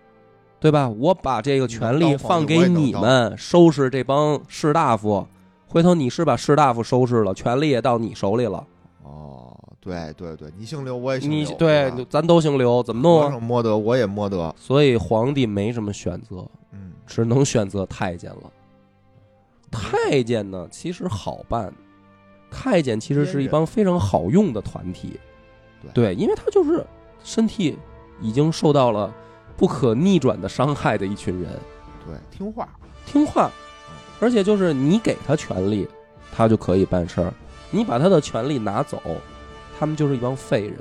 Speaker 1: 对吧？我把这个权利放给你们，收拾这帮士大夫。回头你是把士大夫收拾了，权力也到你手里了。
Speaker 2: 哦，对对对，你姓刘，我也姓
Speaker 1: 你
Speaker 2: 刘，
Speaker 1: 对
Speaker 2: 吧，
Speaker 1: 咱都姓刘，怎么弄
Speaker 2: 和
Speaker 1: 啊？
Speaker 2: 尚摸得，我也摸得，
Speaker 1: 所以皇帝没什么选择，
Speaker 2: 嗯，
Speaker 1: 只能选择太监了。太监呢，其实好办，太监其实是一帮非常好用的团体，
Speaker 2: 嗯
Speaker 1: 对，因为他就是身体已经受到了不可逆转的伤害的一群人，
Speaker 2: 对，听话，
Speaker 1: 听话，而且就是你给他权利，他就可以办事儿；你把他的权利拿走，他们就是一帮废人。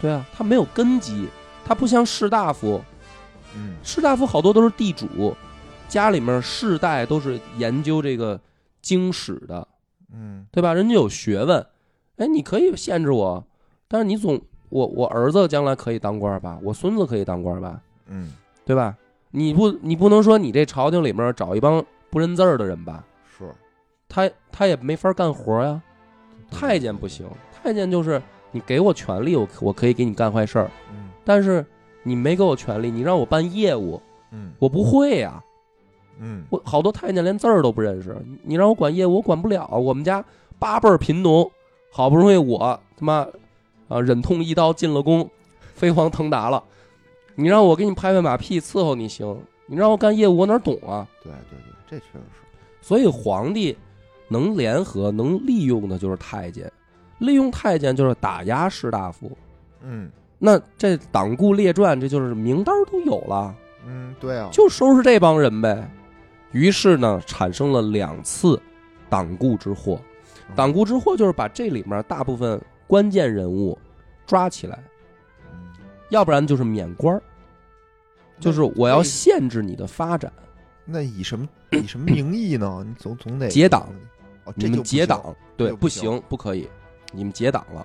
Speaker 1: 对啊，他没有根基，他不像士大夫，
Speaker 2: 嗯，
Speaker 1: 士大夫好多都是地主，家里面世代都是研究这个经史的，
Speaker 2: 嗯，
Speaker 1: 对吧？人家有学问，哎，你可以限制我，但是你总我我儿子将来可以当官吧，我孙子可以当官吧，
Speaker 2: 嗯，
Speaker 1: 对吧？你不你不能说你这朝廷里面找一帮不认字儿的人吧，
Speaker 2: 是
Speaker 1: 他他也没法干活呀。
Speaker 2: 嗯
Speaker 1: 太监不行，，太监就是你给我权利，我可我可以给你干坏事儿，
Speaker 2: 嗯
Speaker 1: 但是你没给我权利，你让我办业务，
Speaker 2: 嗯
Speaker 1: 我不会呀、
Speaker 2: 嗯，
Speaker 1: 我好多太监连字儿都不认识，你你让我管业务，我管不了。我们家八辈儿贫农，好不容易我他妈啊忍痛一刀进了宫，飞黄腾达了。你让我给你拍拍马屁伺候你行，你让我干业务，我哪儿懂啊？
Speaker 2: 对对对，这确实是，
Speaker 1: 所以皇帝能联合、能利用的就是太监，利用太监就是打压士大夫。
Speaker 2: 嗯
Speaker 1: 那这党锢列传，这就是名单儿都有了。
Speaker 2: 嗯，对啊，
Speaker 1: 就收拾这帮人呗。于是呢，产生了两次党锢之祸。
Speaker 2: 嗯
Speaker 1: 党锢之祸就是把这里面大部分关键人物抓起来，
Speaker 2: 嗯
Speaker 1: 要不然就是免官儿，就是我要
Speaker 2: 那
Speaker 1: 限制你的发展，
Speaker 2: 那以什么以什么名义呢？你总总得
Speaker 1: 结党，
Speaker 2: 哦，
Speaker 1: 你
Speaker 2: 这就
Speaker 1: 们
Speaker 2: 不
Speaker 1: 结
Speaker 2: 行，
Speaker 1: 党，对，
Speaker 2: 就
Speaker 1: 不
Speaker 2: 不行
Speaker 1: 行，不可以，你们结党了，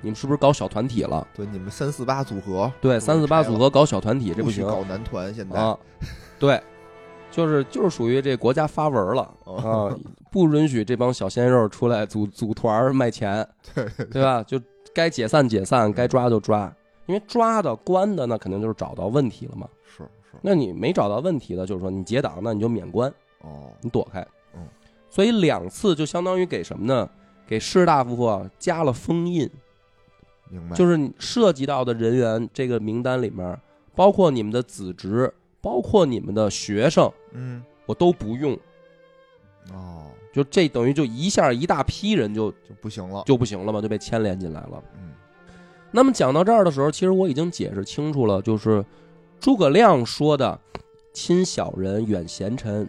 Speaker 1: 你们是不是搞小团体了？
Speaker 2: 对，你们三四八组合，
Speaker 1: 对，三四八组合搞小团体，
Speaker 2: 也
Speaker 1: 这不行
Speaker 2: 搞男团现在，
Speaker 1: 啊，对，就是就是属于这国家发文了啊
Speaker 2: 哦，
Speaker 1: 不允许这帮小鲜肉出来组组团儿卖 钱，对吧？就该解散解散，该抓就抓，因为抓的关的那肯定就是找到问题了嘛。
Speaker 2: 是是，
Speaker 1: 那你没找到问题的，就是说你结党，那你就免官，
Speaker 2: 哦，
Speaker 1: 你躲开
Speaker 2: 嗯。
Speaker 1: 所以两次就相当于给什么呢？给士大夫啊加了封印，
Speaker 2: 明白，
Speaker 1: 就是你涉及到的人员这个名单里面，包括你们的子侄，包括你们的学生，
Speaker 2: 嗯，
Speaker 1: 我都不用，
Speaker 2: 哦，
Speaker 1: 就这等于就一下一大批人就
Speaker 2: 就不行了，
Speaker 1: 就不行了嘛，就被牵连进来了。
Speaker 2: 嗯
Speaker 1: 那么讲到这儿的时候，其实我已经解释清楚了，就是诸葛亮说的“亲小人，远贤臣”，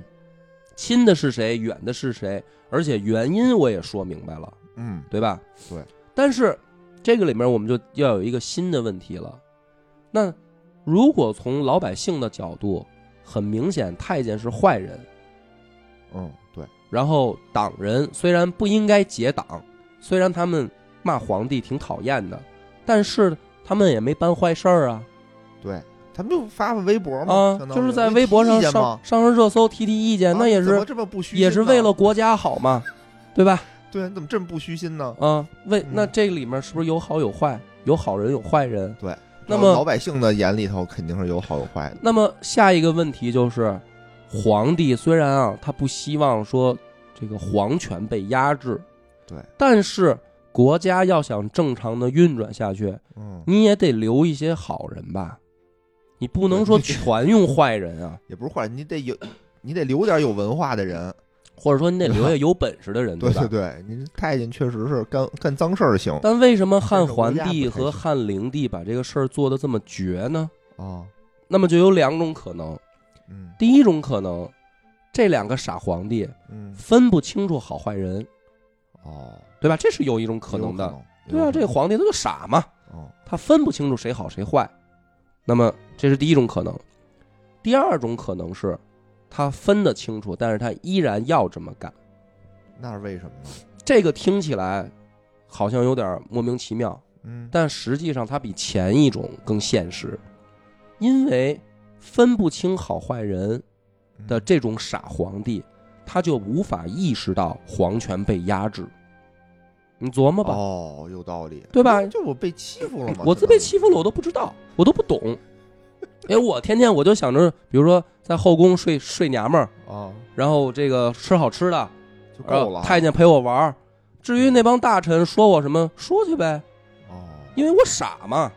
Speaker 1: 亲的是谁，远的是谁，而且原因我也说明白了，
Speaker 2: 嗯，
Speaker 1: 对吧？
Speaker 2: 对。
Speaker 1: 但是这个里面我们就要有一个新的问题了。那如果从老百姓的角度，很明显太监是坏人，
Speaker 2: 嗯，对，
Speaker 1: 然后党人虽然不应该结党，虽然他们骂皇帝挺讨厌的，但是他们也没办坏事儿啊
Speaker 2: 对，他们就发发微博嘛，
Speaker 1: 啊
Speaker 2: 相，当于
Speaker 1: 就是在微博上
Speaker 2: 提意见
Speaker 1: 上
Speaker 2: 嘛
Speaker 1: 上上热搜提提意见，
Speaker 2: 啊
Speaker 1: 那也
Speaker 2: 你怎么
Speaker 1: 是
Speaker 2: 这么不虚心呢，
Speaker 1: 也是为了国家好嘛，对吧？
Speaker 2: 对，你怎么这么不虚心呢？
Speaker 1: 啊，为
Speaker 2: 嗯
Speaker 1: 那这里面是不是有好有坏，有好人有坏人？
Speaker 2: 对，
Speaker 1: 那
Speaker 2: 然后老
Speaker 1: 么
Speaker 2: 百姓的眼里头肯定是有好有坏的，
Speaker 1: 那么下一个问题就是，皇帝虽然啊他不希望说这个皇权被压制，
Speaker 2: 对，
Speaker 1: 但是国家要想正常的运转下去，
Speaker 2: 嗯，
Speaker 1: 你也得留一些好人吧，你不能说全用坏人啊。
Speaker 2: 也不是坏，你得有，你得留点有文化的人，
Speaker 1: 或者说你得留下有本事的人，
Speaker 2: 对
Speaker 1: 吧
Speaker 2: 对？对，您太监确实是干干脏事儿行
Speaker 1: 但为什么汉桓
Speaker 2: 这个国
Speaker 1: 帝
Speaker 2: 家不太
Speaker 1: 和
Speaker 2: 行
Speaker 1: 汉灵帝把这个事儿做得这么绝呢？
Speaker 2: 哦，
Speaker 1: 那么就有两种可能，
Speaker 2: 嗯
Speaker 1: 第一种可能，这两个傻皇帝
Speaker 2: 嗯
Speaker 1: 分不清楚好坏人，
Speaker 2: 哦，
Speaker 1: 对吧？这是有一种可能的。
Speaker 2: 有可能，
Speaker 1: 对啊，
Speaker 2: 有可
Speaker 1: 这个
Speaker 2: 能
Speaker 1: 皇帝他就傻嘛，
Speaker 2: 哦
Speaker 1: 他分不清楚谁好谁坏。那么这是第一种可能，第二种可能是他分得清楚，但是他依然要这么干。
Speaker 2: 那是为什么呢？
Speaker 1: 这个听起来好像有点莫名其妙，
Speaker 2: 嗯，
Speaker 1: 但实际上它比前一种更现实，因为分不清好坏人
Speaker 2: 嗯
Speaker 1: 的这种傻皇帝，他就无法意识到皇权被压制。你琢磨吧，
Speaker 2: 哦，有道理，
Speaker 1: 对吧
Speaker 2: 就就我被欺负了嘛，
Speaker 1: 我自被欺负了，我都不知道，我都不懂。哎，我天天我就想着，比如说在后宫睡睡娘们儿，
Speaker 2: 哦，
Speaker 1: 然后这个吃好吃的，
Speaker 2: 就
Speaker 1: 然
Speaker 2: 够
Speaker 1: 后
Speaker 2: 了，啊
Speaker 1: 太监陪我玩儿。至于那帮大臣说我什么，说去呗，
Speaker 2: 哦
Speaker 1: 因为我傻嘛，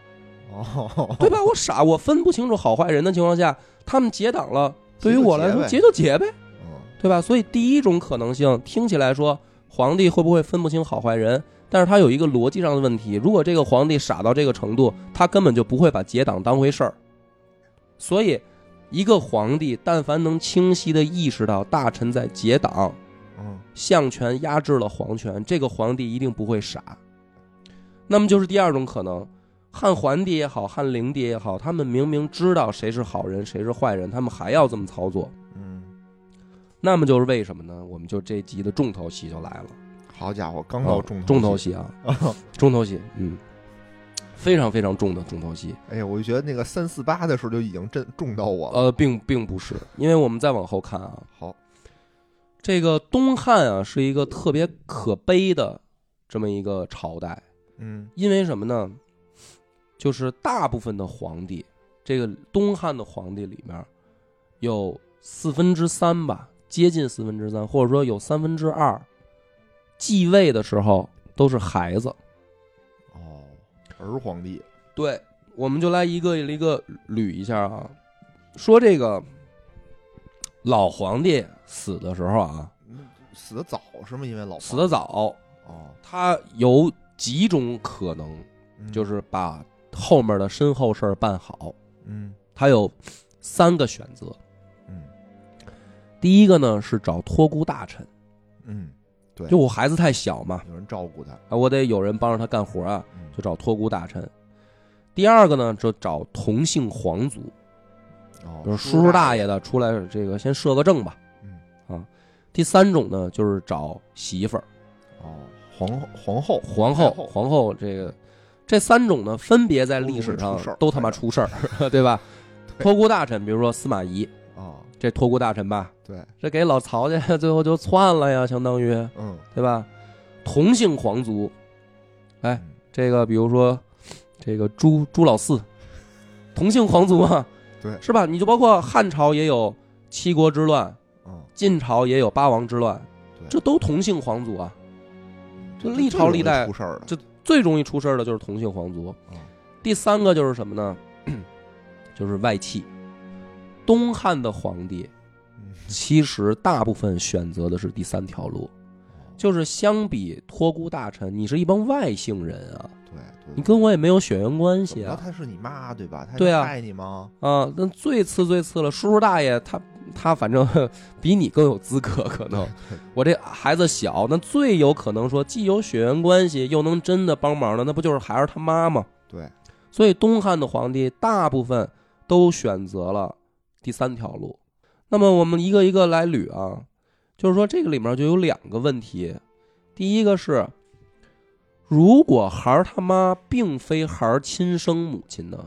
Speaker 2: 哦，
Speaker 1: 对吧？我傻，我分不清楚好坏人的情况下，他们结党了，对于我来说
Speaker 2: 结
Speaker 1: 结就结呗，
Speaker 2: 嗯
Speaker 1: 对吧？所以第一种可能性听起来说，皇帝会不会分不清好坏人？但是他有一个逻辑上的问题，如果这个皇帝傻到这个程度，他根本就不会把结党当回事儿。所以，一个皇帝但凡能清晰的意识到大臣在结党，
Speaker 2: 嗯
Speaker 1: 相权压制了皇权，这个皇帝一定不会傻。那么就是第二种可能，汉桓帝也好，汉灵帝也好，他们明明知道谁是好人，谁是坏人，他们还要这么操作。
Speaker 2: 嗯，
Speaker 1: 那么就是为什么呢？我们就这集的重头戏就来了，
Speaker 2: 好家伙，刚到
Speaker 1: 啊
Speaker 2: 重
Speaker 1: 重头
Speaker 2: 戏，
Speaker 1: 戏啊， 重头戏，嗯，非常非常重的重头戏。
Speaker 2: 哎呀，我就觉得那个三四八的时候就已经震中到我了，
Speaker 1: 呃，并并不是，因为我们再往后看啊，
Speaker 2: 好，
Speaker 1: 这个东汉啊是一个特别可悲的这么一个朝代。
Speaker 2: 嗯
Speaker 1: 因为什么呢？就是大部分的皇帝，这个东汉的皇帝里面，有四分之三吧，接近四分之三，或者说有三分之二，继位的时候都是孩子。
Speaker 2: 哦，儿皇帝，
Speaker 1: 对，我们就来一个一个捋一下啊，说这个老皇帝死的时候啊，
Speaker 2: 死的早是吗？因为老
Speaker 1: 死的早，
Speaker 2: 哦，
Speaker 1: 他有几种可能，
Speaker 2: 嗯
Speaker 1: 就是把后面的身后事儿办好。
Speaker 2: 嗯
Speaker 1: 他有三个选择。
Speaker 2: 嗯
Speaker 1: 第一个呢是找托孤大臣，
Speaker 2: 嗯，对
Speaker 1: 就我孩子太小嘛，
Speaker 2: 有人照顾他，
Speaker 1: 啊，我得有人帮着他干活啊，
Speaker 2: 嗯
Speaker 1: 就找托孤大臣。第二个呢，就找同姓皇族，
Speaker 2: 哦
Speaker 1: 就是叔叔大爷的出来，这个先摄个政吧
Speaker 2: 嗯，
Speaker 1: 啊。第三种呢，就是找媳妇儿，
Speaker 2: 哦，皇后哦
Speaker 1: 皇
Speaker 2: 皇后
Speaker 1: 后，
Speaker 2: 太后
Speaker 1: 皇后这个，这三种呢，分别在历史
Speaker 2: 都容
Speaker 1: 上
Speaker 2: 易出事儿
Speaker 1: 都他妈出事儿， 对吧？
Speaker 2: 对
Speaker 1: 托孤大臣，比如说司马懿，
Speaker 2: 啊，
Speaker 1: 这托孤大臣吧，
Speaker 2: 对，
Speaker 1: 这给老曹家 最后就窜了呀，相当于，
Speaker 2: 嗯
Speaker 1: 对吧？同姓皇族，哎
Speaker 2: 嗯，
Speaker 1: 这个比如说这个朱朱老四，同姓皇族嘛，
Speaker 2: 对
Speaker 1: 是吧？你就包括汉朝也有七国之乱，
Speaker 2: 嗯，
Speaker 1: 晋朝也有八王之乱，
Speaker 2: 对
Speaker 1: 这都同姓皇族啊。
Speaker 2: 这
Speaker 1: 历朝历代
Speaker 2: 嗯这容易出事儿的，
Speaker 1: 这最容易出事儿的就是同姓皇族。
Speaker 2: 嗯
Speaker 1: 第三个就是什么呢？ 就是外戚。东汉的皇帝
Speaker 2: 嗯
Speaker 1: 其实大部分选择的是第三条路，
Speaker 2: 哦
Speaker 1: 就是相比托孤大臣，你是一帮外姓人啊，
Speaker 2: 对对，
Speaker 1: 你跟我也没有血缘关系
Speaker 2: 怎么了
Speaker 1: 啊，
Speaker 2: 她是你妈对吧？她
Speaker 1: 对啊
Speaker 2: 爱你吗？
Speaker 1: 啊，那最次最次了，叔叔大爷他他反正 比你更有资格，可 能我这孩子小，那最有可能说既有血缘关系，又能真的帮忙的，那不就是孩儿他妈吗？
Speaker 2: 对，
Speaker 1: 所以东汉的皇帝大部分都选择了第三条路。那么我们一个一个来捋啊，就是说这个里面就有两个问题，第一个是，如果孩儿他妈并非孩儿亲生母亲呢？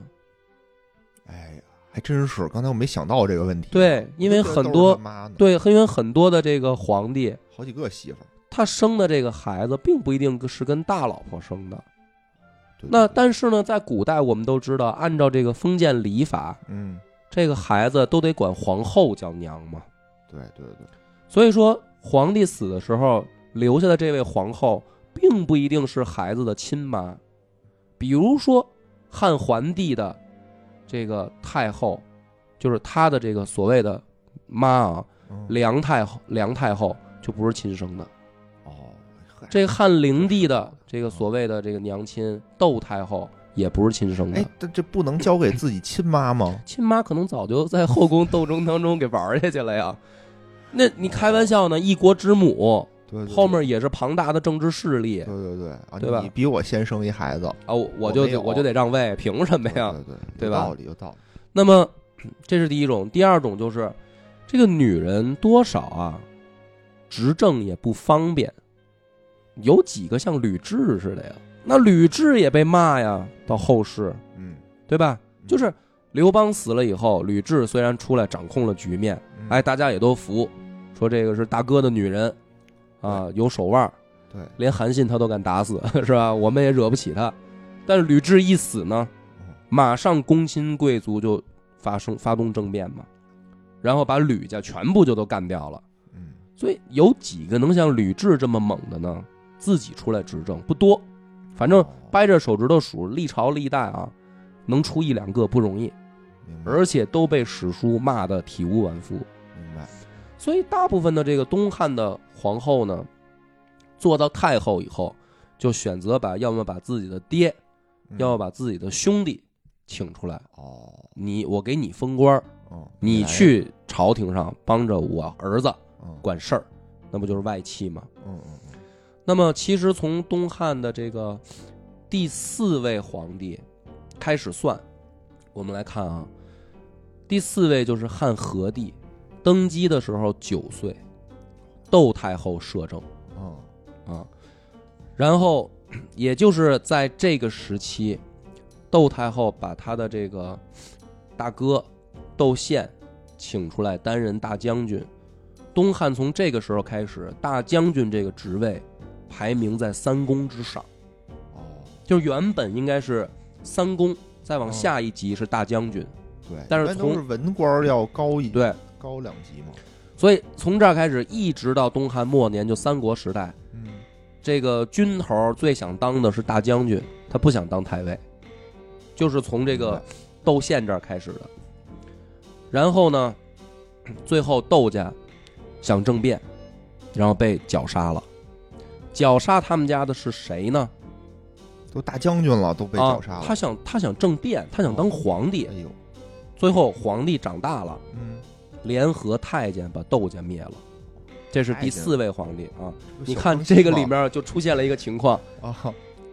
Speaker 2: 哎呀，还真是，刚才我没想到这个问题，
Speaker 1: 对，因为
Speaker 2: 我就觉得
Speaker 1: 很
Speaker 2: 都是
Speaker 1: 多
Speaker 2: 她妈呢，
Speaker 1: 对，因为很多的这个皇帝，
Speaker 2: 好几个媳妇儿，
Speaker 1: 他生的这个孩子并不一定是跟大老婆生的。
Speaker 2: 对
Speaker 1: 那
Speaker 2: 对对
Speaker 1: 但是呢，在古代我们都知道，按照这个封建礼法，
Speaker 2: 嗯，
Speaker 1: 这个孩子都得管皇后叫娘嘛。
Speaker 2: 对对对，
Speaker 1: 所以说，皇帝死的时候留下的这位皇后，并不一定是孩子的亲妈。比如说，汉桓帝的这个太后，就是他的这个所谓的妈啊，
Speaker 2: 嗯
Speaker 1: 梁太后，梁太后就不是亲生的。
Speaker 2: 哦，嗨
Speaker 1: 这汉灵帝的这个所谓的这个娘亲窦太后也不是亲生的
Speaker 2: 哎，，这这不能交给自己亲妈吗？
Speaker 1: 亲妈可能早就在后宫斗争当中给玩下去了呀。那你开玩笑呢？一国之母
Speaker 2: 对，对对
Speaker 1: 后面也是庞大的政治势力
Speaker 2: 对对对啊，
Speaker 1: 对吧
Speaker 2: 你比我先生一孩子，
Speaker 1: 啊，我我
Speaker 2: 我
Speaker 1: 就
Speaker 2: 没有嗯
Speaker 1: 我就得让位，凭什么呀？
Speaker 2: 对对
Speaker 1: 对
Speaker 2: 有
Speaker 1: 吧
Speaker 2: 道理有道理，
Speaker 1: 那么这是第一种，第二种就是这个女人多少啊，执政也不方便，有几个像吕雉似的呀？那吕雉也被骂呀，到后世
Speaker 2: 嗯，
Speaker 1: 对吧？
Speaker 2: 嗯
Speaker 1: 就是刘邦死了以后，吕雉虽然出来掌控了局面，
Speaker 2: 嗯
Speaker 1: 哎，，大家也都服，说这个是大哥的女人，啊，有手腕儿，
Speaker 2: 嗯对，
Speaker 1: 连韩信他都敢打死， 是吧？我们也惹不起他。但是吕雉一死呢，马上公亲贵族就发生发动政变嘛，然后把吕家全部就都干掉了。
Speaker 2: 嗯，
Speaker 1: 所以有几个能像吕雉这么猛的呢？自己出来执政不多，反正
Speaker 2: 哦
Speaker 1: 掰着手指头数，历朝历代啊，能出一两个不容易，
Speaker 2: 明白
Speaker 1: 而且都被史书骂得体无完肤。
Speaker 2: 明白，
Speaker 1: 所以大部分的这个东汉的皇后呢，做到太后以后，就选择把要么把自己的爹，
Speaker 2: 嗯
Speaker 1: 要么把自己的兄弟请出来，
Speaker 2: 哦，
Speaker 1: 你我给你封官儿，
Speaker 2: 嗯，
Speaker 1: 你
Speaker 2: 来
Speaker 1: 去朝廷上帮着我儿子
Speaker 2: 嗯
Speaker 1: 管事儿，那不就是外戚吗？
Speaker 2: 嗯嗯嗯
Speaker 1: 那么其实从东汉的这个第四位皇帝开始算，我们来看啊，第四位就是汉和帝，登基的时候九岁，窦太后摄政
Speaker 2: 嗯
Speaker 1: 啊，然后也就是在这个时期，窦太后把她的这个大哥窦宪请出来担任大将军。东汉从这个时候开始，大将军这个职位排名在三公之上，
Speaker 2: 哦，
Speaker 1: 就是原本应该是三公，再往下一级是大将军。
Speaker 2: 对，
Speaker 1: 但是
Speaker 2: 一般都
Speaker 1: 从
Speaker 2: 是文官儿要高一
Speaker 1: 对，
Speaker 2: 高两级嘛，
Speaker 1: 所以从这儿开始，一直到东汉末年，就三国时代，
Speaker 2: 嗯，
Speaker 1: 这个军头最想当的是大将军，他不想当太尉，就是从这个窦宪这儿开始的。然后呢，最后窦家想政变，然后被绞杀了。绞杀他们家的是谁呢？
Speaker 2: 都大将军了，都被绞杀
Speaker 1: 啊、
Speaker 2: 了，
Speaker 1: 他想他想政变，他想当皇帝
Speaker 2: 哎。呦，
Speaker 1: 最后皇帝长大了，
Speaker 2: 嗯，
Speaker 1: 联合太监把窦家灭了。这是第
Speaker 2: 太监
Speaker 1: 四位皇帝啊！
Speaker 2: 有
Speaker 1: 你
Speaker 2: 小
Speaker 1: 看
Speaker 2: 康熙
Speaker 1: 这个
Speaker 2: 嘛
Speaker 1: 里面就出现了一个情况：
Speaker 2: 啊，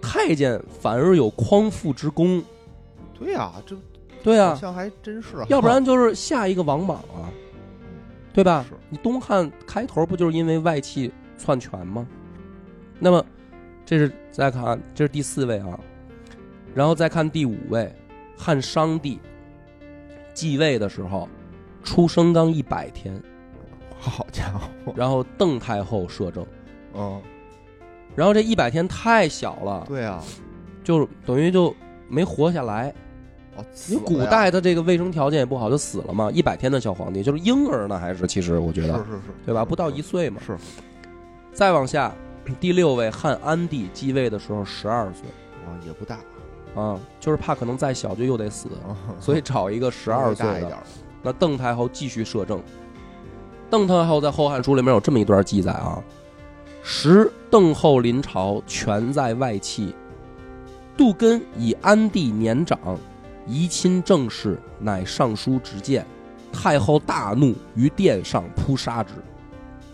Speaker 1: 太监反而有匡复之功。
Speaker 2: 对呀，这
Speaker 1: 对
Speaker 2: 好
Speaker 1: 啊，
Speaker 2: 像还真是哈，
Speaker 1: 要不然啊就是下一个王莽啊，对吧
Speaker 2: 嗯是？
Speaker 1: 你东汉开头不就是因为外戚篡权吗？那么，这是再看，这是第四位啊，然后再看第五位，汉商帝继位的时候，出生刚一百天，
Speaker 2: 好家伙，
Speaker 1: 然后邓太后摄政，
Speaker 2: 嗯，
Speaker 1: 然后这一百天太小了，
Speaker 2: 对啊，
Speaker 1: 就是等于就没活下来。
Speaker 2: 哦，
Speaker 1: 你
Speaker 2: 死
Speaker 1: 古
Speaker 2: 了呀
Speaker 1: 代的这个卫生条件也不好，就死了嘛。一百天的小皇帝就是婴儿呢，还是其实我觉得
Speaker 2: 是是是，
Speaker 1: 对吧？
Speaker 2: 是
Speaker 1: 不到一岁嘛。
Speaker 2: 是，
Speaker 1: 再往下， 第六位汉安帝继位的时候十二岁
Speaker 2: 啊，也不大，
Speaker 1: 啊，就是怕可能再小就又得死，
Speaker 2: 啊
Speaker 1: 所以找一个十
Speaker 2: 稍
Speaker 1: 二
Speaker 2: 微
Speaker 1: 岁
Speaker 2: 大一
Speaker 1: 的。
Speaker 2: 点儿，
Speaker 1: 那邓太后继续摄政。邓太后在《后汉书》里面有这么一段记载啊：时邓后临朝，权在外戚。杜根以安帝年长，疑亲政事，乃上书直谏。太后大怒，于殿上扑杀之。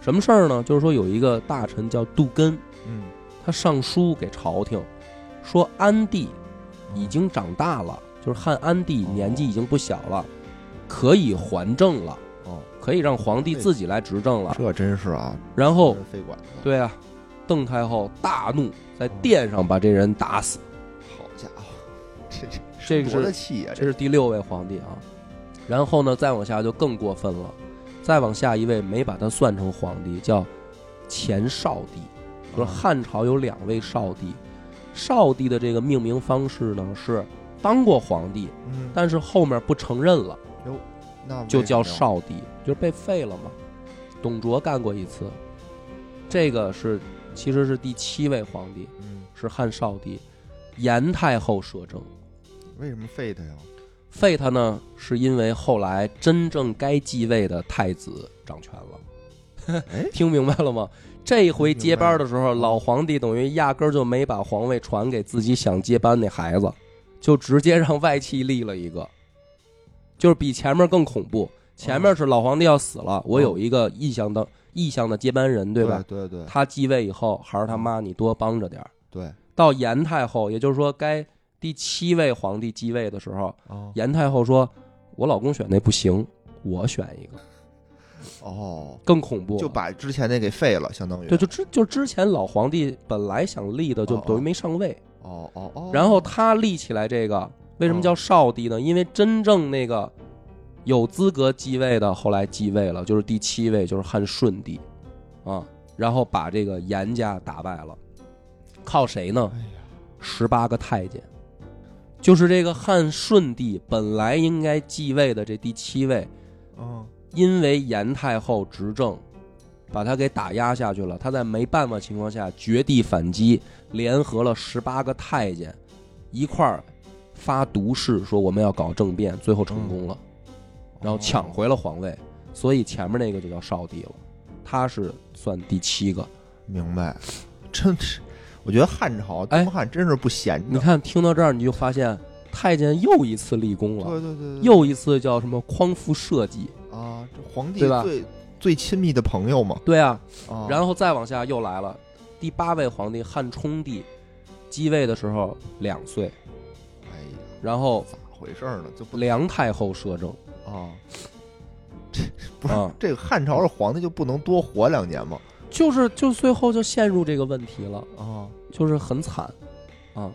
Speaker 1: 什么事儿呢？就是说有一个大臣叫杜根，
Speaker 2: 嗯，
Speaker 1: 他上书给朝廷，说安帝
Speaker 2: 嗯
Speaker 1: 已经长大了，就是汉安帝年纪已经不小了，可以还政了，
Speaker 2: 哦，
Speaker 1: 可以让皇帝自己来执政了。
Speaker 2: 这真是啊，
Speaker 1: 然后，
Speaker 2: 非管的，
Speaker 1: 对啊，邓太后大怒，在殿上把这人打死。
Speaker 2: 好家伙，这这
Speaker 1: 这个
Speaker 2: 多
Speaker 1: 是
Speaker 2: 大气呀，
Speaker 1: 这是第六位皇帝啊。然后呢，再往下就更过分了，再往下一位没把他算成皇帝，叫前少帝。
Speaker 2: 哦
Speaker 1: 就是汉朝有两位少帝，少帝的这个命名方式呢是当过皇帝，
Speaker 2: 嗯，
Speaker 1: 但是后面不承认了，
Speaker 2: 那为
Speaker 1: 就叫
Speaker 2: 什么呀，
Speaker 1: 少帝，就是被废了嘛。董卓干过一次，这个是其实是第七位皇帝，
Speaker 2: 嗯，
Speaker 1: 是汉少帝，严太后摄政。
Speaker 2: 为什么废他呀？
Speaker 1: 废他呢，是因为后来真正该继位的太子掌权了，
Speaker 2: 哎，
Speaker 1: 听明白了吗？这回接班的时候，老皇帝等于压根儿就没把皇位传给自己想接班那孩子，就直接让外戚立了一个，就是比前面更恐怖。前面是老皇帝要死了，我有一个异象的异象的接班人，对吧？
Speaker 2: 哦对对
Speaker 1: 他继位以后，还是他妈你多帮着点儿。
Speaker 2: 对，
Speaker 1: 到严太后，也就是说该第七位皇帝继位的时候，
Speaker 2: 哦
Speaker 1: 严太后说：“我老公选那不行，我选一个
Speaker 2: 哦，
Speaker 1: 更恐怖了。”
Speaker 2: 就把之前那给废了，相当于
Speaker 1: 对，就之就之前老皇帝本来想立的，就
Speaker 2: 哦哦
Speaker 1: 等于没上位。
Speaker 2: 哦哦哦，
Speaker 1: 然后他立起来这个，为什么叫少帝呢？因为真正那个有资格继位的，后来继位了，就是第七位，就是汉顺帝，啊，然后把这个严家打败了，靠谁呢？
Speaker 2: 哎呀，
Speaker 1: 十八个太监，就是这个汉顺帝本来应该继位的这第七位，
Speaker 2: 嗯
Speaker 1: 因为严太后执政，把他给打压下去了。他在没办法情况下绝地反击，联合了十八个太监，一块儿发毒誓说我们要搞政变，最后成功了，
Speaker 2: 哦
Speaker 1: 然后抢回了皇位。所以前面那个就叫少帝了，他是算第七个。
Speaker 2: 哦明白，真是，我觉得汉朝
Speaker 1: 哎
Speaker 2: 东汉真是不闲
Speaker 1: 你
Speaker 2: 着，
Speaker 1: 看，听到这儿你就发现太监又一次立功了，
Speaker 2: 对对对，对
Speaker 1: 又一次叫什么匡扶社稷。
Speaker 2: 啊，这皇帝
Speaker 1: 对吧
Speaker 2: 最最亲密的朋友嘛，
Speaker 1: 对啊，
Speaker 2: 啊，
Speaker 1: 然后再往下又来了，第八位皇帝汉冲帝继位的时候两岁，
Speaker 2: 哎呀，
Speaker 1: 然后
Speaker 2: 咋回事儿呢？就不
Speaker 1: 梁太后摄政
Speaker 2: 啊，这不是
Speaker 1: 啊，
Speaker 2: 这个汉朝的皇帝就不能多活两年吗？
Speaker 1: 就是就最后就陷入这个问题了，
Speaker 2: 啊，
Speaker 1: 就是很惨啊。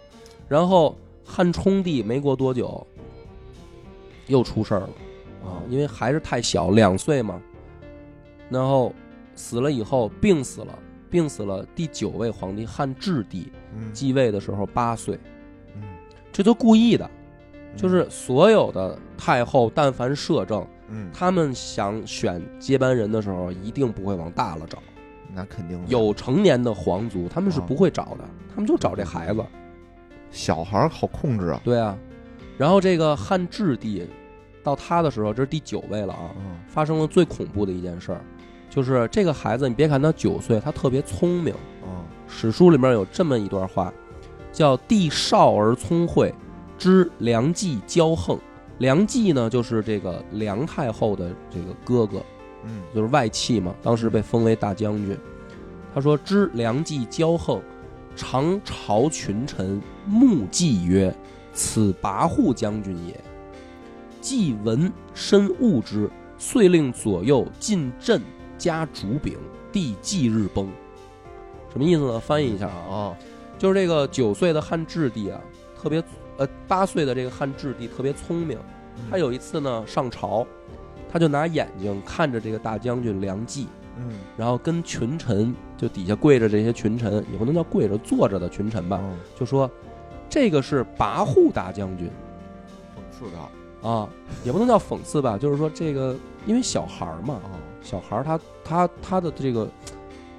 Speaker 1: 然后汉冲帝没过多久又出事儿了啊
Speaker 2: 哦，
Speaker 1: 因为还是太小，两岁嘛，然后死了以后病死了，病死了。第九位皇帝汉质帝
Speaker 2: 嗯
Speaker 1: 继位的时候八岁，
Speaker 2: 嗯，
Speaker 1: 这都故意的。
Speaker 2: 嗯
Speaker 1: 就是所有的太后，但凡摄政，
Speaker 2: 嗯，
Speaker 1: 他们想选接班人的时候，一定不会往大了找。
Speaker 2: 那肯定的
Speaker 1: 有成年的皇族，他们是不会找的，他们就找这孩子。
Speaker 2: 小孩儿好控制啊，
Speaker 1: 对啊，然后这个汉质帝，到他的时候，这是第九位了啊，
Speaker 2: 嗯
Speaker 1: 发生了最恐怖的一件事儿，就是这个孩子，你别看他九岁，他特别聪明。
Speaker 2: 嗯，
Speaker 1: 史书里面有这么一段话，叫“帝少而聪慧，知梁冀骄横”。梁冀呢，就是这个梁太后的这个哥哥，
Speaker 2: 嗯
Speaker 1: 就是外戚嘛，当时被封为大将军。他说：“知梁冀骄横，常朝群臣，慕冀曰：‘此跋扈将军也。’既闻深恶之，遂令左右进镇加竹饼，帝即日崩。”什么意思呢？翻译一下啊，
Speaker 2: 啊，
Speaker 1: 就是这个九岁的汉质帝啊，特别呃八岁的这个汉质帝特别聪明。
Speaker 2: 嗯
Speaker 1: 他有一次呢上朝，他就拿眼睛看着这个大将军梁冀，
Speaker 2: 嗯
Speaker 1: 然后跟群臣就底下跪着这些群臣，也不能叫跪着，坐着的群臣吧，
Speaker 2: 嗯
Speaker 1: 就说这个是跋扈大将军
Speaker 2: 讽刺他
Speaker 1: 啊，也不能叫讽刺吧，就是说这个因为小孩儿嘛，
Speaker 2: 啊，
Speaker 1: 小孩儿他他他的这个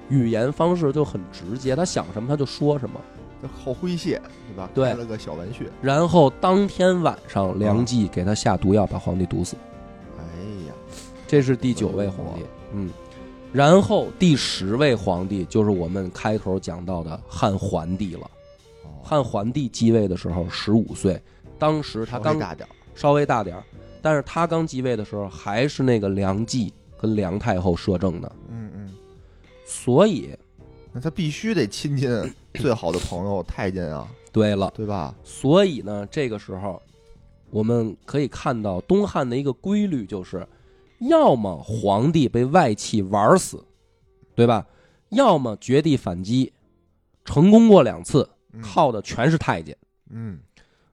Speaker 1: 语言方式就很直接，他想什么他就说什么。
Speaker 2: 这好诙谐对吧？
Speaker 1: 对
Speaker 2: 开了个小玩笑，
Speaker 1: 然后当天晚上，梁冀给他下毒药，把皇帝毒死。
Speaker 2: 哎呀，
Speaker 1: 这是第九位皇帝，嗯，然后第十位皇帝就是我们开头讲到的汉桓帝了。
Speaker 2: 哦
Speaker 1: 汉桓帝继位的时候十五岁，当时他
Speaker 2: 稍微
Speaker 1: 刚
Speaker 2: 大点儿，
Speaker 1: 稍微大点儿，但是他刚继位的时候还是那个梁冀跟梁太后摄政的，
Speaker 2: 嗯嗯，
Speaker 1: 所以
Speaker 2: 那他必须得 亲近最好的朋友太监啊，
Speaker 1: 对了，
Speaker 2: 对吧？
Speaker 1: 所以呢，这个时候我们可以看到东汉的一个规律，就是要么皇帝被外戚玩死，对吧？要么绝地反击，成功过两次，
Speaker 2: 嗯，
Speaker 1: 靠的全是太监。
Speaker 2: 嗯，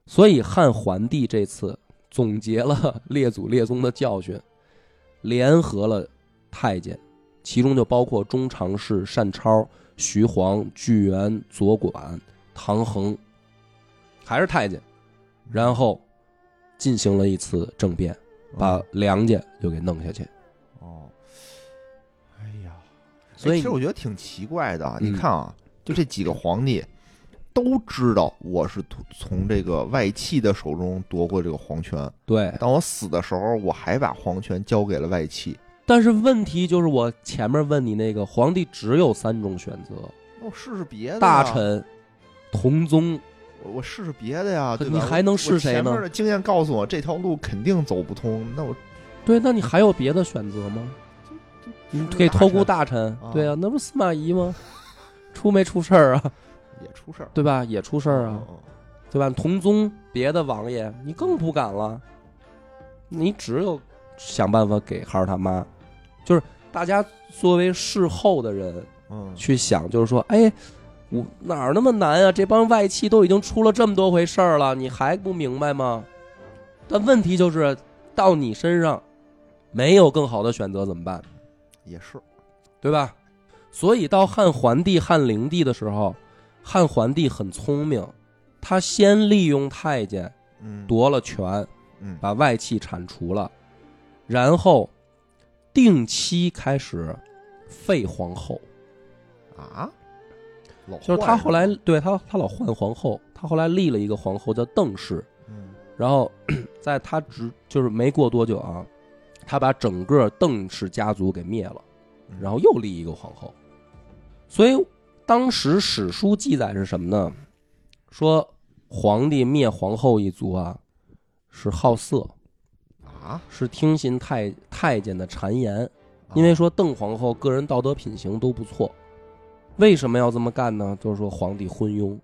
Speaker 1: 所以汉桓帝这次总结了列祖列宗的教训，联合了太监，其中就包括中常侍单超、徐晃、巨源、左管、唐衡，还是太监，然后进行了一次政变，把
Speaker 2: 嗯
Speaker 1: 梁家就给弄下去。
Speaker 2: 哦，哎呀，
Speaker 1: 所以
Speaker 2: 哎其实我觉得挺奇怪的啊。
Speaker 1: 嗯
Speaker 2: 你看啊，就这几个皇帝都知道我是从从这个外戚的手中夺过这个皇权，
Speaker 1: 对
Speaker 2: 当我死的时候，我还把皇权交给了外戚。
Speaker 1: 但是问题就是我前面问你那个，皇帝只有三种选择：
Speaker 2: 那我哦试试别的
Speaker 1: 大
Speaker 2: 呀，
Speaker 1: 臣、同宗。
Speaker 2: 我我试试别的呀，
Speaker 1: 可
Speaker 2: 对吧
Speaker 1: 你还能试谁呢
Speaker 2: 我前面的经验告诉我，这条路肯定走不通，那我
Speaker 1: 对，那你还有别的选择吗？你可以偷
Speaker 2: 嗯大臣
Speaker 1: 雇大臣
Speaker 2: 啊，
Speaker 1: 对啊，那不司马懿吗？ 出没出事儿啊？
Speaker 2: 也出事儿，
Speaker 1: 对吧？也出事儿啊，
Speaker 2: 嗯，
Speaker 1: 对吧？同宗别的王爷，你更不敢了，你只有想办法给孩儿他妈，就是大家作为事后的人，
Speaker 2: 嗯，嗯
Speaker 1: 去想，就是说，哎，我哪儿那么难啊？这帮外戚都已经出了这么多回事儿了，你还不明白吗？但问题就是，到你身上没有更好的选择，怎么办？
Speaker 2: 也是，
Speaker 1: 对吧？所以到汉桓帝、汉灵帝的时候，汉桓帝很聪明，他先利用太监
Speaker 2: 嗯，，
Speaker 1: 夺了权，
Speaker 2: 嗯，
Speaker 1: 把外戚铲除了，然后定期开始废皇后。
Speaker 2: 啊，老
Speaker 1: 就是他后来
Speaker 2: 换人
Speaker 1: 对他他老换皇后，他后来立了一个皇后叫邓氏，
Speaker 2: 嗯
Speaker 1: 然后 在他执就是没过多久啊，他把整个邓氏家族给灭了，
Speaker 2: 嗯
Speaker 1: 然后又立一个皇后，所以当时史书记载是什么呢？说皇帝灭皇后一族啊，是好色，
Speaker 2: 啊，
Speaker 1: 是听信太太监的谗言，
Speaker 2: 啊
Speaker 1: 因为说邓皇后个人道德品行都不错，为什么要这么干呢？就是说皇帝昏庸。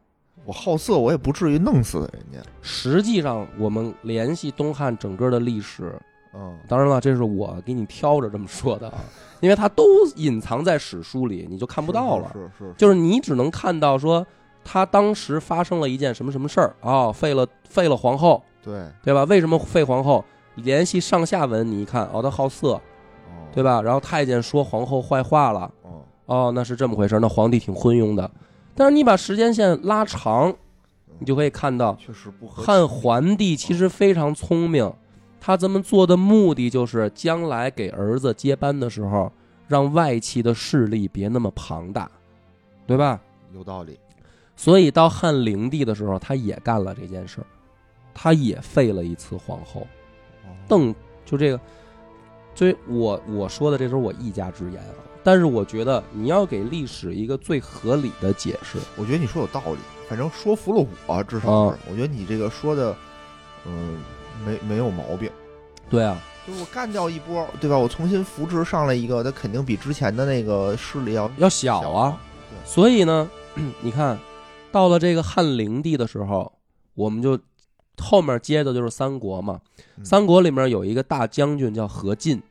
Speaker 2: 我好色，我也不至于弄死人家，
Speaker 1: 实际上，我们联系东汉整个的历史，
Speaker 2: 嗯，
Speaker 1: 当然了，这是我给你挑着这么说的啊，因为它都隐藏在史书里，你就看不到了。
Speaker 2: 是是，
Speaker 1: 就是你只能看到说他当时发生了一件什么什么事儿啊、废了废了皇后，
Speaker 2: 对，
Speaker 1: 对吧？为什么废皇后？联系上下文，你一看，哦，他好色，
Speaker 2: 哦
Speaker 1: 对？吧？然后太监说皇后坏话了，
Speaker 2: 嗯
Speaker 1: 哦，那是这么回事儿，那皇帝挺昏庸的。但是你把时间线拉长，你就可以看到，
Speaker 2: 嗯确实不合哦
Speaker 1: 汉桓帝其实非常聪明，他这么做的目的就是将来给儿子接班的时候，让外戚的势力别那么庞大，对吧？
Speaker 2: 有道理，
Speaker 1: 所以到汉灵帝的时候，他也干了这件事儿，他也废了一次皇后
Speaker 2: 哦
Speaker 1: 邓，就这个。所以我我说的这是我一家之言啊，但是我觉得你要给历史一个最合理的解释。
Speaker 2: 我觉得你说有道理，反正说服了我，至少
Speaker 1: 啊
Speaker 2: 是，我觉得你这个说的，嗯，没没有毛病。
Speaker 1: 对啊，
Speaker 2: 就是我干掉一波，对吧？我重新扶植上来一个，他肯定比之前的那个势力要
Speaker 1: 要小啊，所以呢， 你看到了这个汉灵帝的时候，我们就后面接的就是三国嘛。
Speaker 2: 嗯
Speaker 1: 三国里面有一个大将军叫何进，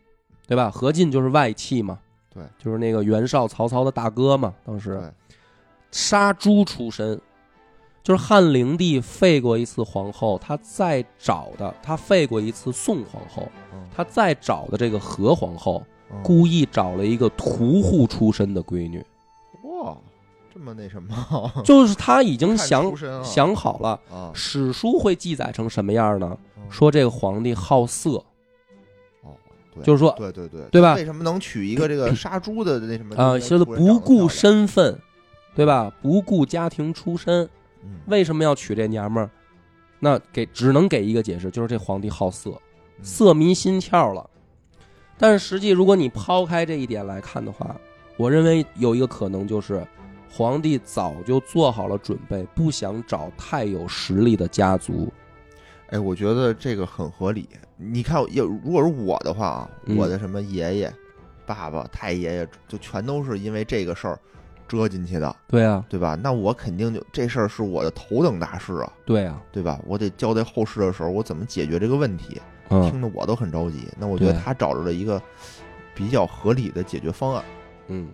Speaker 1: 对吧？何进就是外戚嘛，
Speaker 2: 对，
Speaker 1: 就是那个袁绍、曹操的大哥嘛。当时
Speaker 2: 对，
Speaker 1: 杀猪出身，就是汉灵帝废过一次皇后，他再找的他废过一次宋皇后，
Speaker 2: 嗯
Speaker 1: 他再找的这个何皇后，
Speaker 2: 嗯
Speaker 1: 故意找了一个屠户出身的闺女，
Speaker 2: 哇，这么那什么，
Speaker 1: 就是他已经
Speaker 2: 嗯看
Speaker 1: 想
Speaker 2: 出身啊
Speaker 1: 想好了，
Speaker 2: 啊，
Speaker 1: 史书会记载成什么样呢？
Speaker 2: 嗯
Speaker 1: 说这个皇帝好色，
Speaker 2: 哦，对，
Speaker 1: 就是说，
Speaker 2: 对对对，
Speaker 1: 对吧
Speaker 2: 为什么能娶一个这个杀猪的那什么
Speaker 1: 呃，就是不顾，身份，对吧？不顾家庭出身，
Speaker 2: 嗯
Speaker 1: 为什么要娶这娘们儿？那给只能给一个解释，就是这皇帝好色，
Speaker 2: 嗯
Speaker 1: 色迷心窍了。但是实际，如果你抛开这一点来看的话，我认为有一个可能就是，皇帝早就做好了准备，不想找太有实力的家族。
Speaker 2: 哎，我觉得这个很合理。你看，要如果是我的话啊，
Speaker 1: 嗯
Speaker 2: 我的什么爷爷、爸爸、太爷爷，就全都是因为这个事儿折进去的，
Speaker 1: 对啊，
Speaker 2: 对吧？那我肯定就这事儿是我的头等大事啊，
Speaker 1: 对啊，
Speaker 2: 对吧？我得交代后事的时候，我怎么解决这个问题，
Speaker 1: 嗯
Speaker 2: 听得我都很着急。那我觉得
Speaker 1: 对
Speaker 2: 他找着了一个比较合理的解决方案。
Speaker 1: 嗯。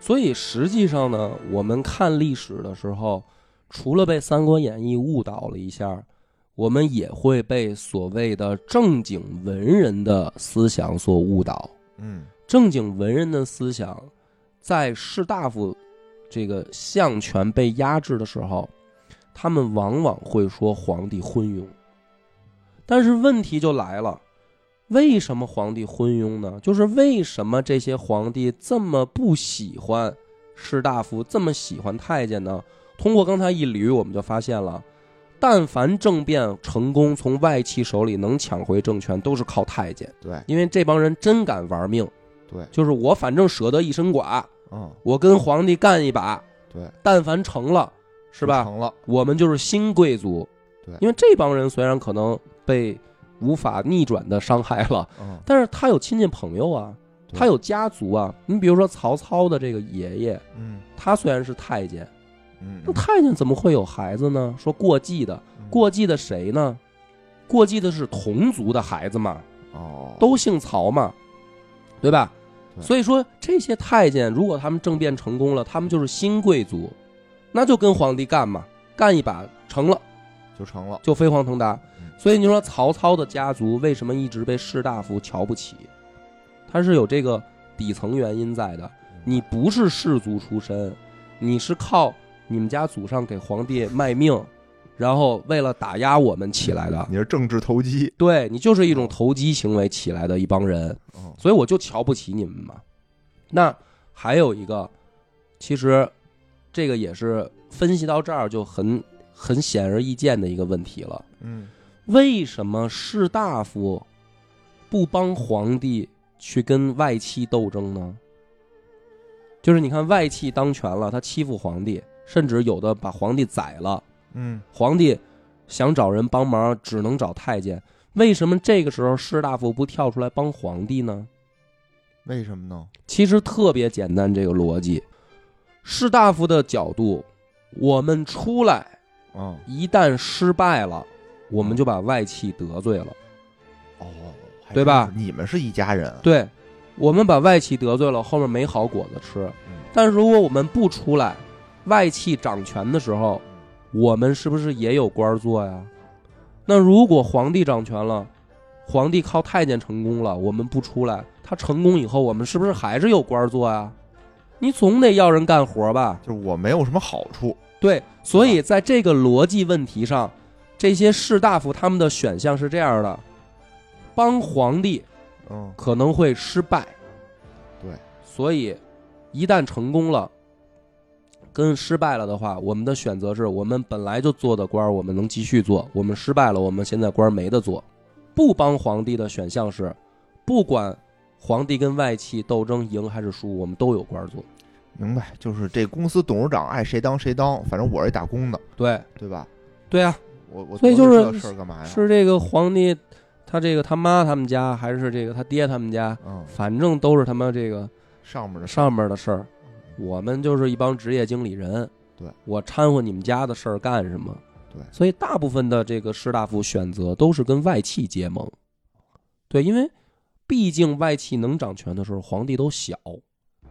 Speaker 1: 所以实际上呢，我们看历史的时候，除了被《三国演义》误导了一下，我们也会被所谓的正经文人的思想所误导。
Speaker 2: 嗯
Speaker 1: 正经文人的思想，在士大夫这个相权被压制的时候，他们往往会说皇帝昏庸。但是问题就来了，为什么皇帝昏庸呢？就是为什么这些皇帝这么不喜欢士大夫，这么喜欢太监呢？通过刚才一捋，我们就发现了，但凡政变成功，从外戚手里能抢回政权，都是靠太监，
Speaker 2: 对
Speaker 1: 因为这帮人真敢玩命。
Speaker 2: 对，
Speaker 1: 就是我反正舍得一身剐，
Speaker 2: 嗯，
Speaker 1: 我跟皇帝干一把，
Speaker 2: 对，
Speaker 1: 但凡成了，是吧？
Speaker 2: 成了，
Speaker 1: 我们就是新贵族。
Speaker 2: 对
Speaker 1: 因为这帮人虽然可能被无法逆转的伤害了，
Speaker 2: 嗯，
Speaker 1: 但是他有亲戚朋友啊，
Speaker 2: 对
Speaker 1: 他有家族啊。你比如说曹操的这个爷爷，
Speaker 2: 嗯
Speaker 1: 他虽然是太监，
Speaker 2: 嗯
Speaker 1: 那，太监怎么会有孩子呢？说过继的，
Speaker 2: 嗯
Speaker 1: 过继的谁呢？过继的是同族的孩子嘛，
Speaker 2: 哦，
Speaker 1: 都姓曹嘛，对吧？
Speaker 2: 对
Speaker 1: 所以说这些太监，如果他们政变成功了，他们就是新贵族，那就跟皇帝干嘛，干一把成了
Speaker 2: 就成了，
Speaker 1: 就飞黄腾达
Speaker 2: 嗯。
Speaker 1: 所以你说曹操的家族为什么一直被士大夫瞧不起？他是有这个底层原因在的。你不是士族出身，你是靠你们家祖上给皇帝卖命，然后为了打压我们起来的。
Speaker 2: 你是政治投机，
Speaker 1: 对你就是一种投机行为起来的一帮人。
Speaker 2: 嗯
Speaker 1: 所以我就瞧不起你们嘛。那还有一个，其实这个也是分析到这儿就很很显而易见的一个问题了。
Speaker 2: 嗯，
Speaker 1: 为什么士大夫不帮皇帝去跟外戚斗争呢？就是你看外戚当权了，他欺负皇帝，甚至有的把皇帝宰了，
Speaker 2: 嗯，
Speaker 1: 皇帝想找人帮忙，只能找太监。为什么这个时候士大夫不跳出来帮皇帝呢？
Speaker 2: 为什么呢？
Speaker 1: 其实特别简单，这个逻辑，士大夫的角度，我们出来
Speaker 2: 嗯，
Speaker 1: 一旦失败了，我们就把外戚得罪了。
Speaker 2: 哦，还
Speaker 1: 对吧
Speaker 2: 真是？你们是一家人，
Speaker 1: 对，我们把外戚得罪了，后面没好果子吃。
Speaker 2: 嗯
Speaker 1: 但是如果我们不出来，外戚掌权的时候，我们是不是也有官儿做呀？那如果皇帝掌权了，皇帝靠太监成功了，我们不出来，他成功以后，我们是不是还是有官儿做呀？你总得要人干活吧？
Speaker 2: 就是我没有什么好处，
Speaker 1: 对，所以在这个逻辑问题上，这些士大夫他们的选项是这样的：帮皇帝
Speaker 2: 嗯，
Speaker 1: 可能会失败。
Speaker 2: 对，
Speaker 1: 所以一旦成功了，跟失败了的话，我们的选择是我们本来就做的官儿，我们能继续做；我们失败了，我们现在官儿没得做。不帮皇帝的选项是，不管皇帝跟外戚斗争赢还是输，我们都有官儿做。
Speaker 2: 明白，就是这公司董事长爱谁当谁当，反正我是一打工的，
Speaker 1: 对，
Speaker 2: 对吧？
Speaker 1: 对啊，
Speaker 2: 我我
Speaker 1: 所以就是
Speaker 2: 琢磨这事儿干嘛呀？
Speaker 1: 是这个皇帝，他这个他妈他们家，还是这个他爹他们家，
Speaker 2: 嗯，
Speaker 1: 反正都是他妈这个
Speaker 2: 上面的事儿
Speaker 1: 上面的事儿，我们就是一帮职业经理人。
Speaker 2: 嗯对，
Speaker 1: 我掺和你们家的事儿干什么？
Speaker 2: 对
Speaker 1: 所以大部分的这个士大夫选择都是跟外戚结盟。对，因为毕竟外戚能掌权的时候，皇帝都小。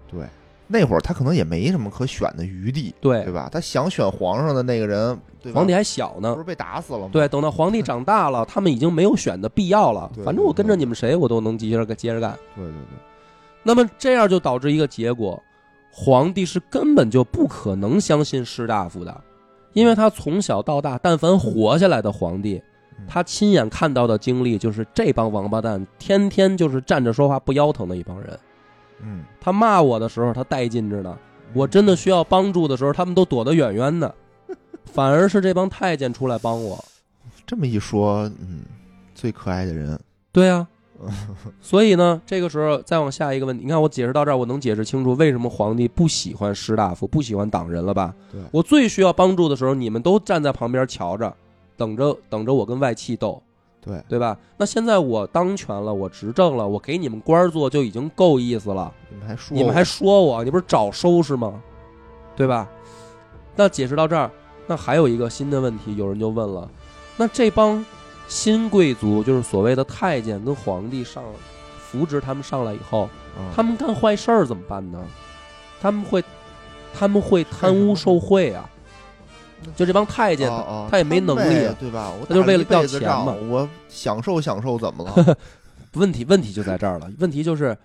Speaker 2: 对，那会儿他可能也没什么可选的余地，
Speaker 1: 对
Speaker 2: 对，吧？他想选皇上的那个人，对吧
Speaker 1: 皇帝还小
Speaker 2: 不
Speaker 1: 呢
Speaker 2: 是。被打死了吗？
Speaker 1: 对，等到皇帝长大了，他们已经没有选的必要了
Speaker 2: 对。
Speaker 1: 反正我
Speaker 2: 对
Speaker 1: 跟着
Speaker 2: 对
Speaker 1: 你们谁，我都能接着干接着干。
Speaker 2: 对对对，
Speaker 1: 那么这样就导致一个结果，皇帝是根本就不可能相信士大夫的，因为他从小到大，但凡活下来的皇帝
Speaker 2: 嗯，
Speaker 1: 他亲眼看到的经历就是这帮王八蛋天天就是站着说话不腰疼的一帮人。
Speaker 2: 嗯，
Speaker 1: 他骂我的时候，他带劲着呢；我真的需要帮助的时候，他们都躲得远远的。反而是这帮太监出来帮我，
Speaker 2: 这么一说，嗯，最可爱的人，
Speaker 1: 对啊，所以呢，这个时候再往下一个问题，你看我解释到这儿，我能解释清楚为什么皇帝不喜欢士大夫，不喜欢党人了吧？
Speaker 2: 对
Speaker 1: 我最需要帮助的时候，你们都站在旁边瞧着，等着等着我跟外戚斗，
Speaker 2: 对
Speaker 1: 对吧？那现在我当权了，我执政了，我给你们官儿做就已经够意思了，
Speaker 2: 你们还说
Speaker 1: 你们
Speaker 2: 我
Speaker 1: 还说我，你不是找收拾吗？对吧？那解释到这儿，那还有一个新的问题，有人就问了，那这帮新贵族，就是所谓的太监跟皇帝上扶植他们上来以后，
Speaker 2: 嗯
Speaker 1: 他们干坏事儿怎么办呢？他们会，他们会贪污受贿啊！就这帮太监，
Speaker 2: 哦哦
Speaker 1: 他也没能
Speaker 2: 他
Speaker 1: 力
Speaker 2: 们
Speaker 1: 啊
Speaker 2: 呗对吧？我
Speaker 1: 他就是为了
Speaker 2: 打一辈
Speaker 1: 要
Speaker 2: 子
Speaker 1: 钱
Speaker 2: 仗
Speaker 1: 嘛
Speaker 2: 我享受享受怎么 了
Speaker 1: 问题问题就在这儿了。问题就是，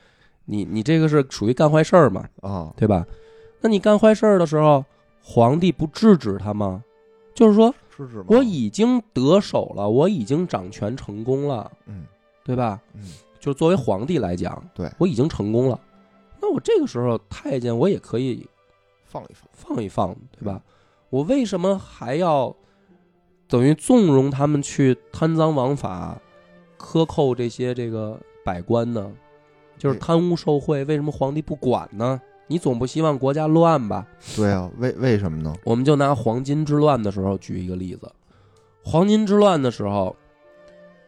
Speaker 1: 你你这个是属于干坏事儿嘛，
Speaker 2: 啊？
Speaker 1: 对吧？那你干坏事儿的时候，皇帝不制止他吗？就是说，
Speaker 2: 是是吗？
Speaker 1: 我已经得手了，我已经掌权成功了，
Speaker 2: 嗯
Speaker 1: 对吧？
Speaker 2: 嗯，
Speaker 1: 就作为皇帝来讲，
Speaker 2: 对
Speaker 1: 我已经成功了，那我这个时候太监我也可以
Speaker 2: 放一放，嗯
Speaker 1: 放一放，对吧？我为什么还要等于纵容他们去贪赃枉法、克扣这些这个百官呢？就是
Speaker 2: 对
Speaker 1: 贪污受贿，为什么皇帝不管呢？你总不希望国家乱吧？
Speaker 2: 对啊，为为什么呢？
Speaker 1: 我们就拿黄巾之乱的时候举一个例子，黄巾之乱的时候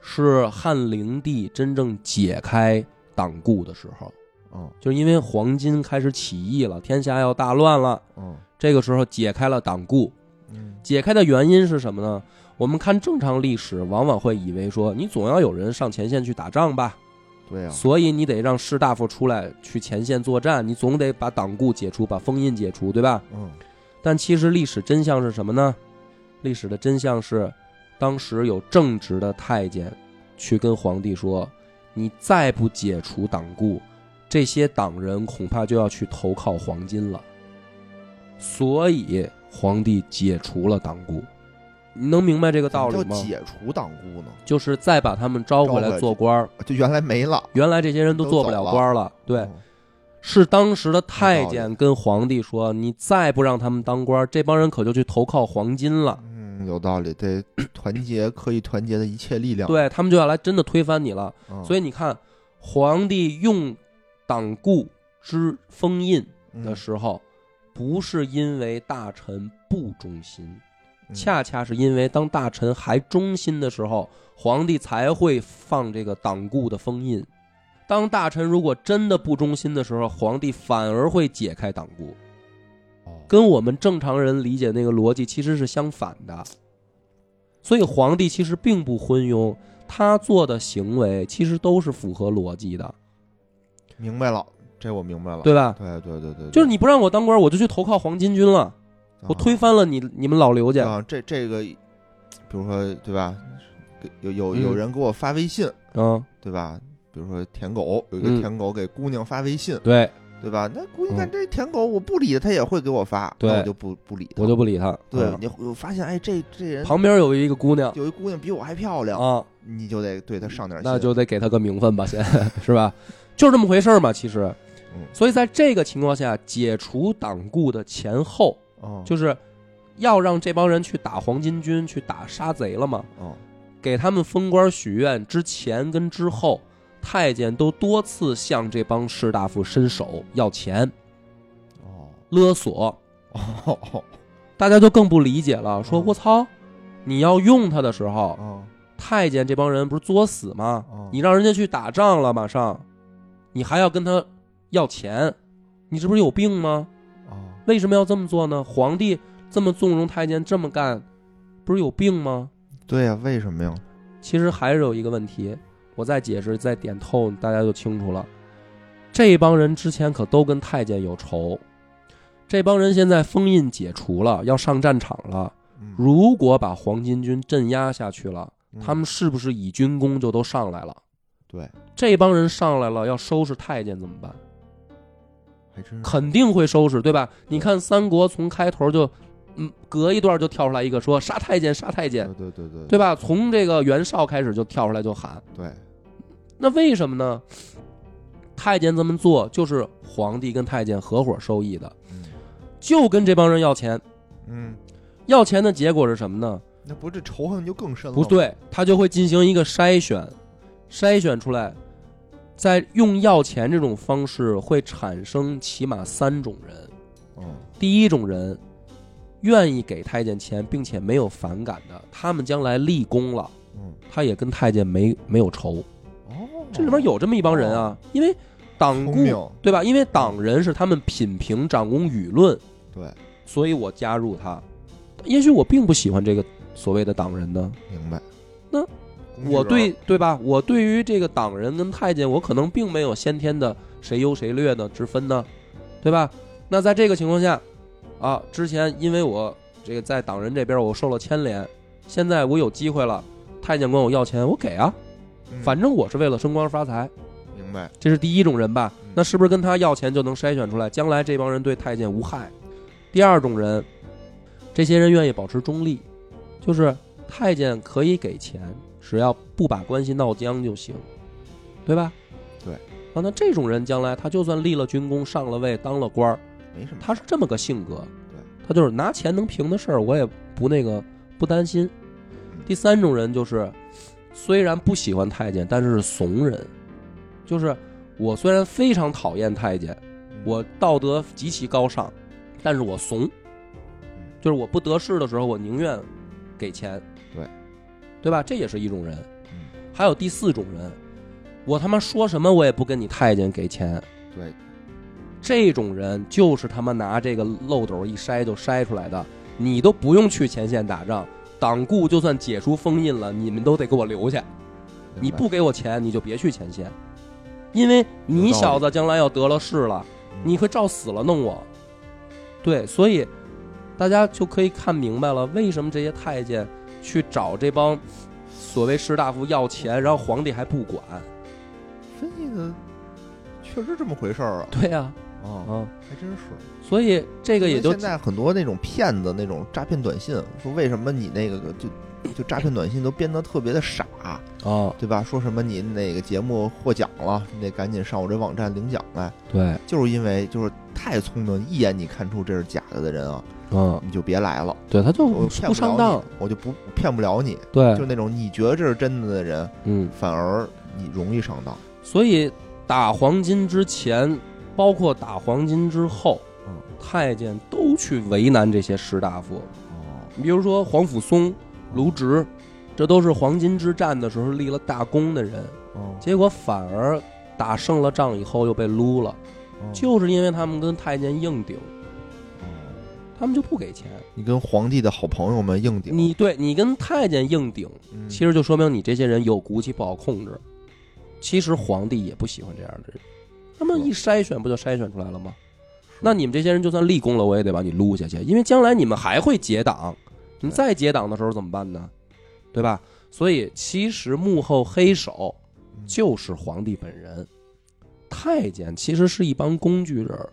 Speaker 1: 是汉灵帝真正解开党锢的时候，
Speaker 2: 嗯
Speaker 1: 就是因为黄巾开始起义了，天下要大乱了，
Speaker 2: 嗯
Speaker 1: 这个时候解开了党锢。
Speaker 2: 嗯
Speaker 1: 解开的原因是什么呢？我们看正常历史，往往会以为说你总要有人上前线去打仗吧，
Speaker 2: 对啊，
Speaker 1: 所以你得让士大夫出来去前线作战，你总得把党锢解除，把封印解除，对吧？
Speaker 2: 嗯
Speaker 1: 但其实历史真相是什么呢？历史的真相是，当时有正直的太监去跟皇帝说：“你再不解除党锢，这些党人恐怕就要去投靠黄巾了。”所以皇帝解除了党锢。你能明白这个道理
Speaker 2: 叫
Speaker 1: 吗？
Speaker 2: 解除党锢呢，
Speaker 1: 就是再把他们招回
Speaker 2: 招回
Speaker 1: 来
Speaker 2: 来
Speaker 1: 做官儿。
Speaker 2: 就原来没了。
Speaker 1: 原来这些人都
Speaker 2: 都
Speaker 1: 做不
Speaker 2: 走
Speaker 1: 了
Speaker 2: 了
Speaker 1: 官儿了，对，
Speaker 2: 嗯，
Speaker 1: 是当时的太
Speaker 2: 有道理
Speaker 1: 监跟皇帝说：“你再不让他们当官儿，这帮人可就去投靠黄巾了。”
Speaker 2: 嗯，有道理， 得团结刻意团结的一切力量。
Speaker 1: 对他们就要来真的推翻你了。
Speaker 2: 嗯，
Speaker 1: 所以你看，皇帝用党锢之封印
Speaker 2: 嗯
Speaker 1: 的时候，不是因为大臣不忠心，
Speaker 2: 嗯
Speaker 1: 恰恰是因为当大臣还忠心的时候，皇帝才会放这个党锢的封印。当大臣如果真的不忠心的时候，皇帝反而会解开党锢，
Speaker 2: 哦
Speaker 1: 跟我们正常人理解那个逻辑其实是相反的。所以皇帝其实并不昏庸，他做的行为其实都是符合逻辑的，
Speaker 2: 明白了，这我明白了。
Speaker 1: 对吧？
Speaker 2: 哦对对对对，
Speaker 1: 就是你不让我当官，我就去投靠黄巾军了，
Speaker 2: 哦
Speaker 1: 我推翻了你你们老刘家。
Speaker 2: 啊，这这个，比如说对吧，有有
Speaker 1: 嗯
Speaker 2: 有人给我发微信，
Speaker 1: 嗯，
Speaker 2: 对吧？比如说舔狗，有一
Speaker 1: 嗯
Speaker 2: 个舔狗给姑娘发微信，
Speaker 1: 对
Speaker 2: 对吧？那姑娘看
Speaker 1: 嗯
Speaker 2: 这舔狗，我不理他，他也会给我发，
Speaker 1: 对
Speaker 2: 那我就不不理他。
Speaker 1: 我就不理他。
Speaker 2: 对
Speaker 1: 嗯，
Speaker 2: 你会发现，哎，这这人
Speaker 1: 旁边有一个姑娘
Speaker 2: 有一姑娘比我还漂亮，
Speaker 1: 啊，
Speaker 2: 你就得对她上点心。
Speaker 1: 那就得给他个名分吧，先 是吧？就是这么回事儿嘛，其实
Speaker 2: 嗯。
Speaker 1: 所以在这个情况下，解除党锢的前后，
Speaker 2: 哦，
Speaker 1: 就是要让这帮人去打黄巾军、去打杀贼了嘛。
Speaker 2: 哦，
Speaker 1: 给他们封官许愿之前跟之后，太监都多次向这帮士大夫伸手要钱、
Speaker 2: 哦
Speaker 1: 勒索，
Speaker 2: 哦
Speaker 1: 大家就更不理解了，说：“
Speaker 2: 嗯
Speaker 1: 我操，你要用他的时候，
Speaker 2: 哦
Speaker 1: 太监这帮人不是作死吗？
Speaker 2: 哦，
Speaker 1: 你让人家去打仗了，马上，你还要跟他要钱，你这不是有病吗？
Speaker 2: 哦
Speaker 1: 为什么要这么做呢？皇帝这么纵容太监这么干，不是有病吗？
Speaker 2: 对呀、为什么呀？
Speaker 1: 其实还是有一个问题，我再解释再点透，大家就清楚了。这帮人之前可都跟太监有仇，这帮人现在封印解除了，要上战场了。
Speaker 2: 嗯
Speaker 1: 如果把黄巾军镇压下去了，
Speaker 2: 嗯
Speaker 1: 他们是不是以军功就都上来了？
Speaker 2: 对，
Speaker 1: 这帮人上来了要收拾太监怎么办？
Speaker 2: 还真是
Speaker 1: 肯定会收拾，对吧？你看三国从开头就，嗯，隔一段就跳出来一个说杀太监，杀太监，
Speaker 2: 对对对对
Speaker 1: 对吧？从这个袁绍开始就跳出来就喊，
Speaker 2: 对，
Speaker 1: 那为什么呢？太监这么做就是皇帝跟太监合伙受益的，
Speaker 2: 嗯
Speaker 1: 就跟这帮人要钱，
Speaker 2: 嗯，
Speaker 1: 要钱的结果是什么呢？
Speaker 2: 那不是这仇恨就更深了？
Speaker 1: 不，对，他就会进行一个筛选，筛选出来，在用要钱这种方式会产生起码三种人。
Speaker 2: 嗯
Speaker 1: 第一种人，愿意给太监钱并且没有反感的，他们将来立功了，
Speaker 2: 嗯，
Speaker 1: 他也跟太监没没有仇。
Speaker 2: 哦，
Speaker 1: 这里面有这么一帮人啊，因为党
Speaker 2: 聪明
Speaker 1: 锢，对吧？因为党人是他们品评掌控舆论，
Speaker 2: 对，
Speaker 1: 所以我加入他。也许我并不喜欢这个所谓的党人呢，
Speaker 2: 明白。
Speaker 1: 那
Speaker 2: 工具
Speaker 1: 我
Speaker 2: 人
Speaker 1: 对对吧？我对于这个党人跟太监，我可能并没有先天的谁优谁劣的之分呢，对吧？那在这个情况下，啊，之前因为我这个在党人这边我受了牵连，现在我有机会了，太监管我要钱，我给啊，
Speaker 2: 嗯
Speaker 1: 反正我是为了升官发财，
Speaker 2: 明白，
Speaker 1: 这是第一种人吧
Speaker 2: 嗯？
Speaker 1: 那是不是跟他要钱就能筛选出来，将来这帮人对太监无害？第二种人，这些人愿意保持中立，就是太监可以给钱，只要不把关系闹僵就行，对吧？
Speaker 2: 对。
Speaker 1: 啊，那这种人将来他就算立了军功、上了位、当了官儿，
Speaker 2: 没什么。
Speaker 1: 他是这么个性格
Speaker 2: 对，
Speaker 1: 他就是拿钱能平的事儿，我也不那个不担心。第三种人就是，虽然不喜欢太监，但是是怂人，就是我虽然非常讨厌太监，
Speaker 2: 嗯
Speaker 1: 我道德极其高尚，但是我怂，就是我不得势的时候，我宁愿给钱，
Speaker 2: 对，
Speaker 1: 对吧？这也是一种人
Speaker 2: 嗯。
Speaker 1: 还有第四种人，我他妈说什么我也不跟你太监给钱，
Speaker 2: 对，
Speaker 1: 这种人就是他妈拿这个漏斗一筛就筛出来的，你都不用去前线打仗，党锢就算解除封印了，你们都得给我留下。你
Speaker 2: 明白
Speaker 1: 不给我钱，你就别去前线，因为你
Speaker 2: 有道理
Speaker 1: 小子将来要得了势了，
Speaker 2: 嗯
Speaker 1: 你会照死了弄我。对，所以大家就可以看明白了，为什么这些太监去找这帮所谓士大夫要钱，然后皇帝还不管。
Speaker 2: 分析的确实这么回事儿啊，
Speaker 1: 对呀、啊，
Speaker 2: 啊，还真是。
Speaker 1: 所以这个也
Speaker 2: 因为
Speaker 1: 就
Speaker 2: 现在很多那种骗子那种诈骗短信，说为什么你那个就就诈骗短信都编得特别的傻，
Speaker 1: 哦，
Speaker 2: 对吧？说什么你哪个节目获奖了，你得赶紧上我这网站领奖来，
Speaker 1: 对，
Speaker 2: 就是因为就是太聪明，一眼你看出这是假的的人啊，
Speaker 1: 嗯，
Speaker 2: 你就别来了，
Speaker 1: 对，他就
Speaker 2: 我骗
Speaker 1: 不
Speaker 2: 了
Speaker 1: 上
Speaker 2: 你
Speaker 1: 当，，
Speaker 2: 我就不骗不了你，
Speaker 1: 对
Speaker 2: 就，那种你觉得这是真的的人，
Speaker 1: 嗯，
Speaker 2: 反而你容易上当。
Speaker 1: 所以打黄金之前，包括打黄金之后
Speaker 2: 嗯，
Speaker 1: 太监都去为难这些士大夫，
Speaker 2: 哦，
Speaker 1: 比如说黄甫松、卢植，这都是黄金之战的时候立了大功的人，
Speaker 2: 哦，
Speaker 1: 结果反而打胜了仗以后又被撸了，
Speaker 2: 哦
Speaker 1: 就是因为他们跟太监硬顶，他们就不给钱。
Speaker 2: 你跟皇帝的好朋友们硬顶，
Speaker 1: 你对你跟太监硬顶，
Speaker 2: 嗯
Speaker 1: 其实就说明你这些人有骨气，不好控制。其实皇帝也不喜欢这样的人，那么
Speaker 2: 是
Speaker 1: 一筛选不就筛选出来了吗？那你们这些人就算立功了，我也得把你撸下去，因为将来你们还会结党，你们
Speaker 2: 对
Speaker 1: 再结党的时候怎么办呢？对吧？所以其实幕后黑手
Speaker 2: 嗯
Speaker 1: 就是皇帝本人，太监其实是一帮工具人儿，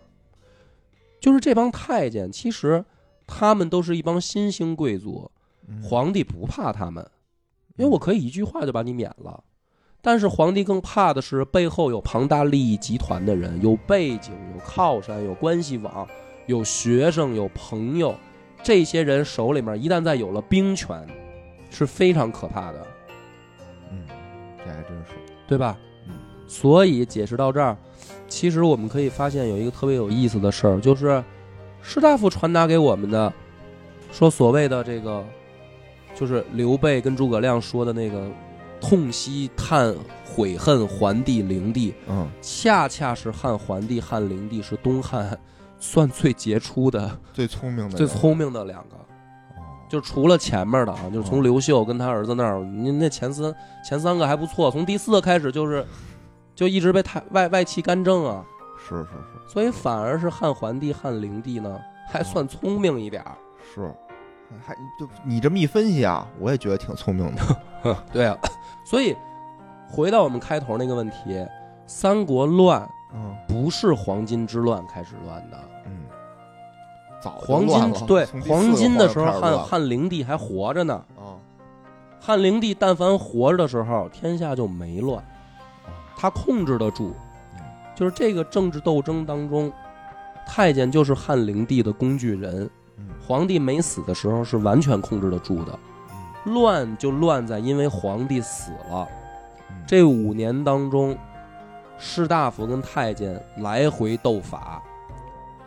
Speaker 1: 就是这帮太监，其实他们都是一帮新兴贵族，
Speaker 2: 嗯
Speaker 1: 皇帝不怕他们，因为我可以一句话就把你免了。但是皇帝更怕的是背后有庞大利益集团的人，有背景、有靠山、有关系网、有学生、有朋友，这些人手里面一旦再有了兵权，是非常可怕的，
Speaker 2: 嗯，这还真是。
Speaker 1: 对吧
Speaker 2: 嗯？
Speaker 1: 所以解释到这儿，其实我们可以发现有一个特别有意思的事儿，就是士大夫传达给我们的，说所谓的这个，就是刘备跟诸葛亮说的那个“痛惜叹悔恨还帝灵帝”，
Speaker 2: 嗯，
Speaker 1: 恰恰是汉桓帝、汉灵帝是东汉算最杰出的、
Speaker 2: 最聪明的人，
Speaker 1: 最聪明的两个。
Speaker 2: 哦，
Speaker 1: 就除了前面的啊，就是
Speaker 2: 嗯
Speaker 1: 从刘秀跟他儿子那儿，您那前三前三个还不错，从第四个开始就是就一直被太外外戚干政啊，
Speaker 2: 是是是
Speaker 1: 所以反而是汉桓帝、汉灵帝呢
Speaker 2: 嗯
Speaker 1: 还算聪明一点 儿。
Speaker 2: 是，嗯还就你这么一分析啊，我也觉得挺聪明 的。
Speaker 1: 对啊，所以回到我们开头那个问题，三国乱
Speaker 2: 嗯
Speaker 1: 不是黄巾之乱开始乱的，
Speaker 2: 嗯，早就
Speaker 1: 黄
Speaker 2: 乱
Speaker 1: 巾
Speaker 2: 了
Speaker 1: 对
Speaker 2: 从第四
Speaker 1: 黄
Speaker 2: 个
Speaker 1: 巾的时候，
Speaker 2: 皇上开始
Speaker 1: 汉
Speaker 2: 乱啊
Speaker 1: 汉灵帝还活着呢。
Speaker 2: 了
Speaker 1: 汉灵帝但凡活着的时候，天下就没乱，他控制得住
Speaker 2: 嗯。
Speaker 1: 就是这个政治斗争当中，太监就是汉灵帝的工具人。
Speaker 2: 嗯
Speaker 1: 皇帝没死的时候是完全控制得住的，
Speaker 2: 嗯
Speaker 1: 乱就乱在因为皇帝死了。
Speaker 2: 嗯
Speaker 1: 这五年当中，士大夫跟太监来回斗法，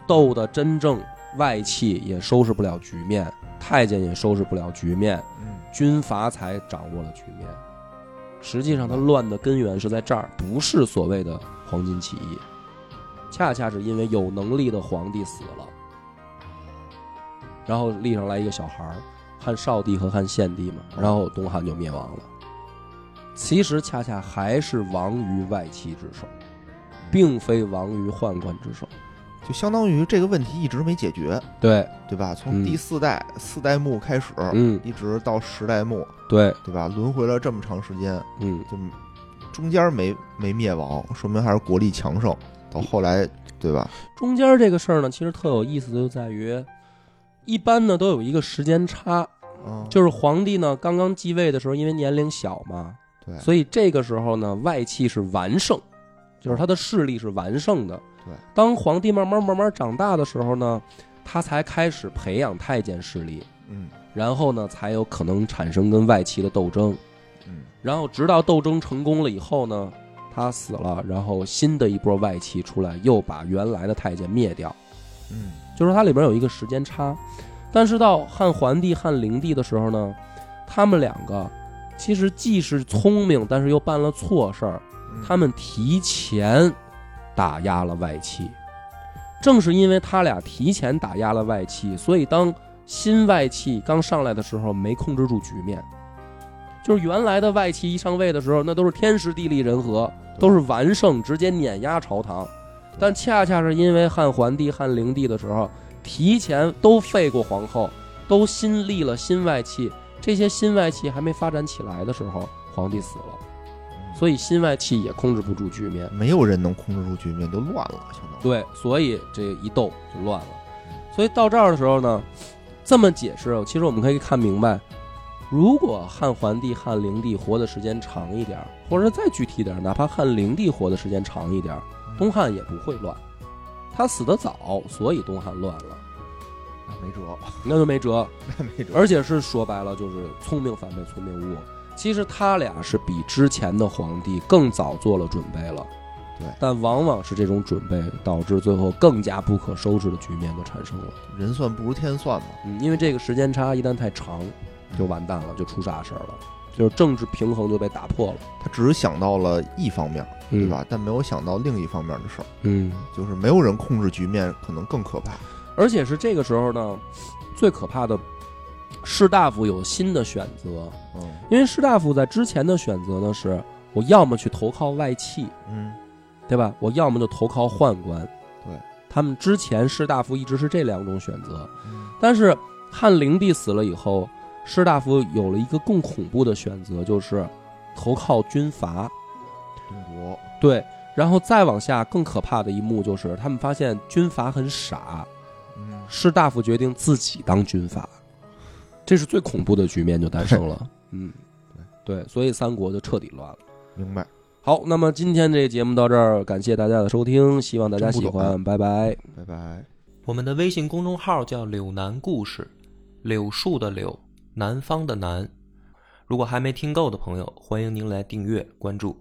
Speaker 1: 斗的真正外戚也收拾不了局面，太监也收拾不了局面。
Speaker 2: 嗯
Speaker 1: 军阀才掌握了局面。实际上，它乱的根源是在这儿，不是所谓的黄巾起义，恰恰是因为有能力的皇帝死了，然后立上来一个小孩儿，汉少帝和汉献帝嘛，然后东汉就灭亡了。其实，恰恰还是亡于外戚之手，并非亡于宦官之手。
Speaker 2: 就相当于这个问题一直没解决，
Speaker 1: 对，
Speaker 2: 对吧？
Speaker 1: 嗯
Speaker 2: 从第四代四代目开始，
Speaker 1: 嗯，
Speaker 2: 一直到十代目，
Speaker 1: 对，
Speaker 2: 对吧？轮回了这么长时间，
Speaker 1: 嗯，
Speaker 2: 就中间没没灭亡，说明还是国力强盛。到后来，对吧？
Speaker 1: 中间这个事儿呢，其实特有意思的就在于，一般呢都有一个时间差，
Speaker 2: 嗯，
Speaker 1: 就是皇帝呢刚刚继位的时候，因为年龄小嘛，
Speaker 2: 对
Speaker 1: 所以这个时候呢外戚是完胜，就是他的势力是完胜的。
Speaker 2: 对，
Speaker 1: 当皇帝慢慢慢慢长大的时候呢，他才开始培养太监势力。
Speaker 2: 嗯
Speaker 1: 然后呢才有可能产生跟外戚的斗争。
Speaker 2: 嗯
Speaker 1: 然后直到斗争成功了以后呢，他死了，然后新的一波外戚出来，又把原来的太监灭掉。
Speaker 2: 嗯
Speaker 1: 就说它里边有一个时间差。但是到汉桓帝、汉灵帝的时候呢，他们两个其实既是聪明，但是又办了错事儿。
Speaker 2: 嗯，
Speaker 1: 他们提前打压了外戚。正是因为他俩提前打压了外戚，所以当新外戚刚上来的时候，没控制住局面。就是原来的外戚一上位的时候，那都是天时地利人和，都是完胜，直接碾压朝堂。但恰恰是因为汉桓帝、汉灵帝的时候，提前都废过皇后，都新立了新外戚，这些新外戚还没发展起来的时候，皇帝死了。所以新外戚也控制不住局面。
Speaker 2: 没有人能控制住局面，就乱了，相当于。
Speaker 1: 对，所以这一斗就乱了。所以到这儿的时候呢，这么解释，其实我们可以看明白，如果汉桓帝、汉灵帝活的时间长一点儿，或者再具体点儿，哪怕汉灵帝活的时间长一点儿，东汉也不会乱。他死得早，所以东汉乱了，
Speaker 2: 那没辙，
Speaker 1: 那就没辙。
Speaker 2: 那没辙。
Speaker 1: 而且是说白了，就是聪明反被聪明误。其实他俩是比之前的皇帝更早做了准备了，
Speaker 2: 对
Speaker 1: 但往往是这种准备导致最后更加不可收拾的局面就产生了。
Speaker 2: 人算不如天算嘛，
Speaker 1: 嗯，因为这个时间差一旦太长，
Speaker 2: 嗯
Speaker 1: 就完蛋了，就出啥事儿了，就是政治平衡就被打破了，
Speaker 2: 他只是想到了一方面，对
Speaker 1: 嗯？
Speaker 2: 吧？但没有想到另一方面的事儿，
Speaker 1: 嗯，
Speaker 2: 就是没有人控制局面，可能更可怕。
Speaker 1: 而且是这个时候呢，最可怕的，士大夫有新的选择，
Speaker 2: 嗯
Speaker 1: 因为士大夫在之前的选择呢是，我要么去投靠外戚，
Speaker 2: 嗯，
Speaker 1: 对吧？我要么就投靠宦官。
Speaker 2: 对，
Speaker 1: 他们之前士大夫一直是这两种选择，
Speaker 2: 嗯
Speaker 1: 但是汉灵帝死了以后，士大夫有了一个更恐怖的选择，就是投靠军阀。
Speaker 2: 中国，
Speaker 1: 对，然后再往下更可怕的一幕就是，他们发现军阀很傻，
Speaker 2: 嗯，
Speaker 1: 士大夫决定自己当军阀，这是最恐怖的局面就诞生了。嗯，对，所以三国就彻底乱了。
Speaker 2: 明白，
Speaker 1: 好，那么今天这节目到这儿，感谢大家的收听，希望大家喜
Speaker 2: 真不懂啊
Speaker 1: 欢，拜拜。
Speaker 2: 拜拜。
Speaker 3: 我们的微信公众号叫“柳南故事”，柳树的柳，南方的南。如果还没听够的朋友，欢迎您来订阅关注。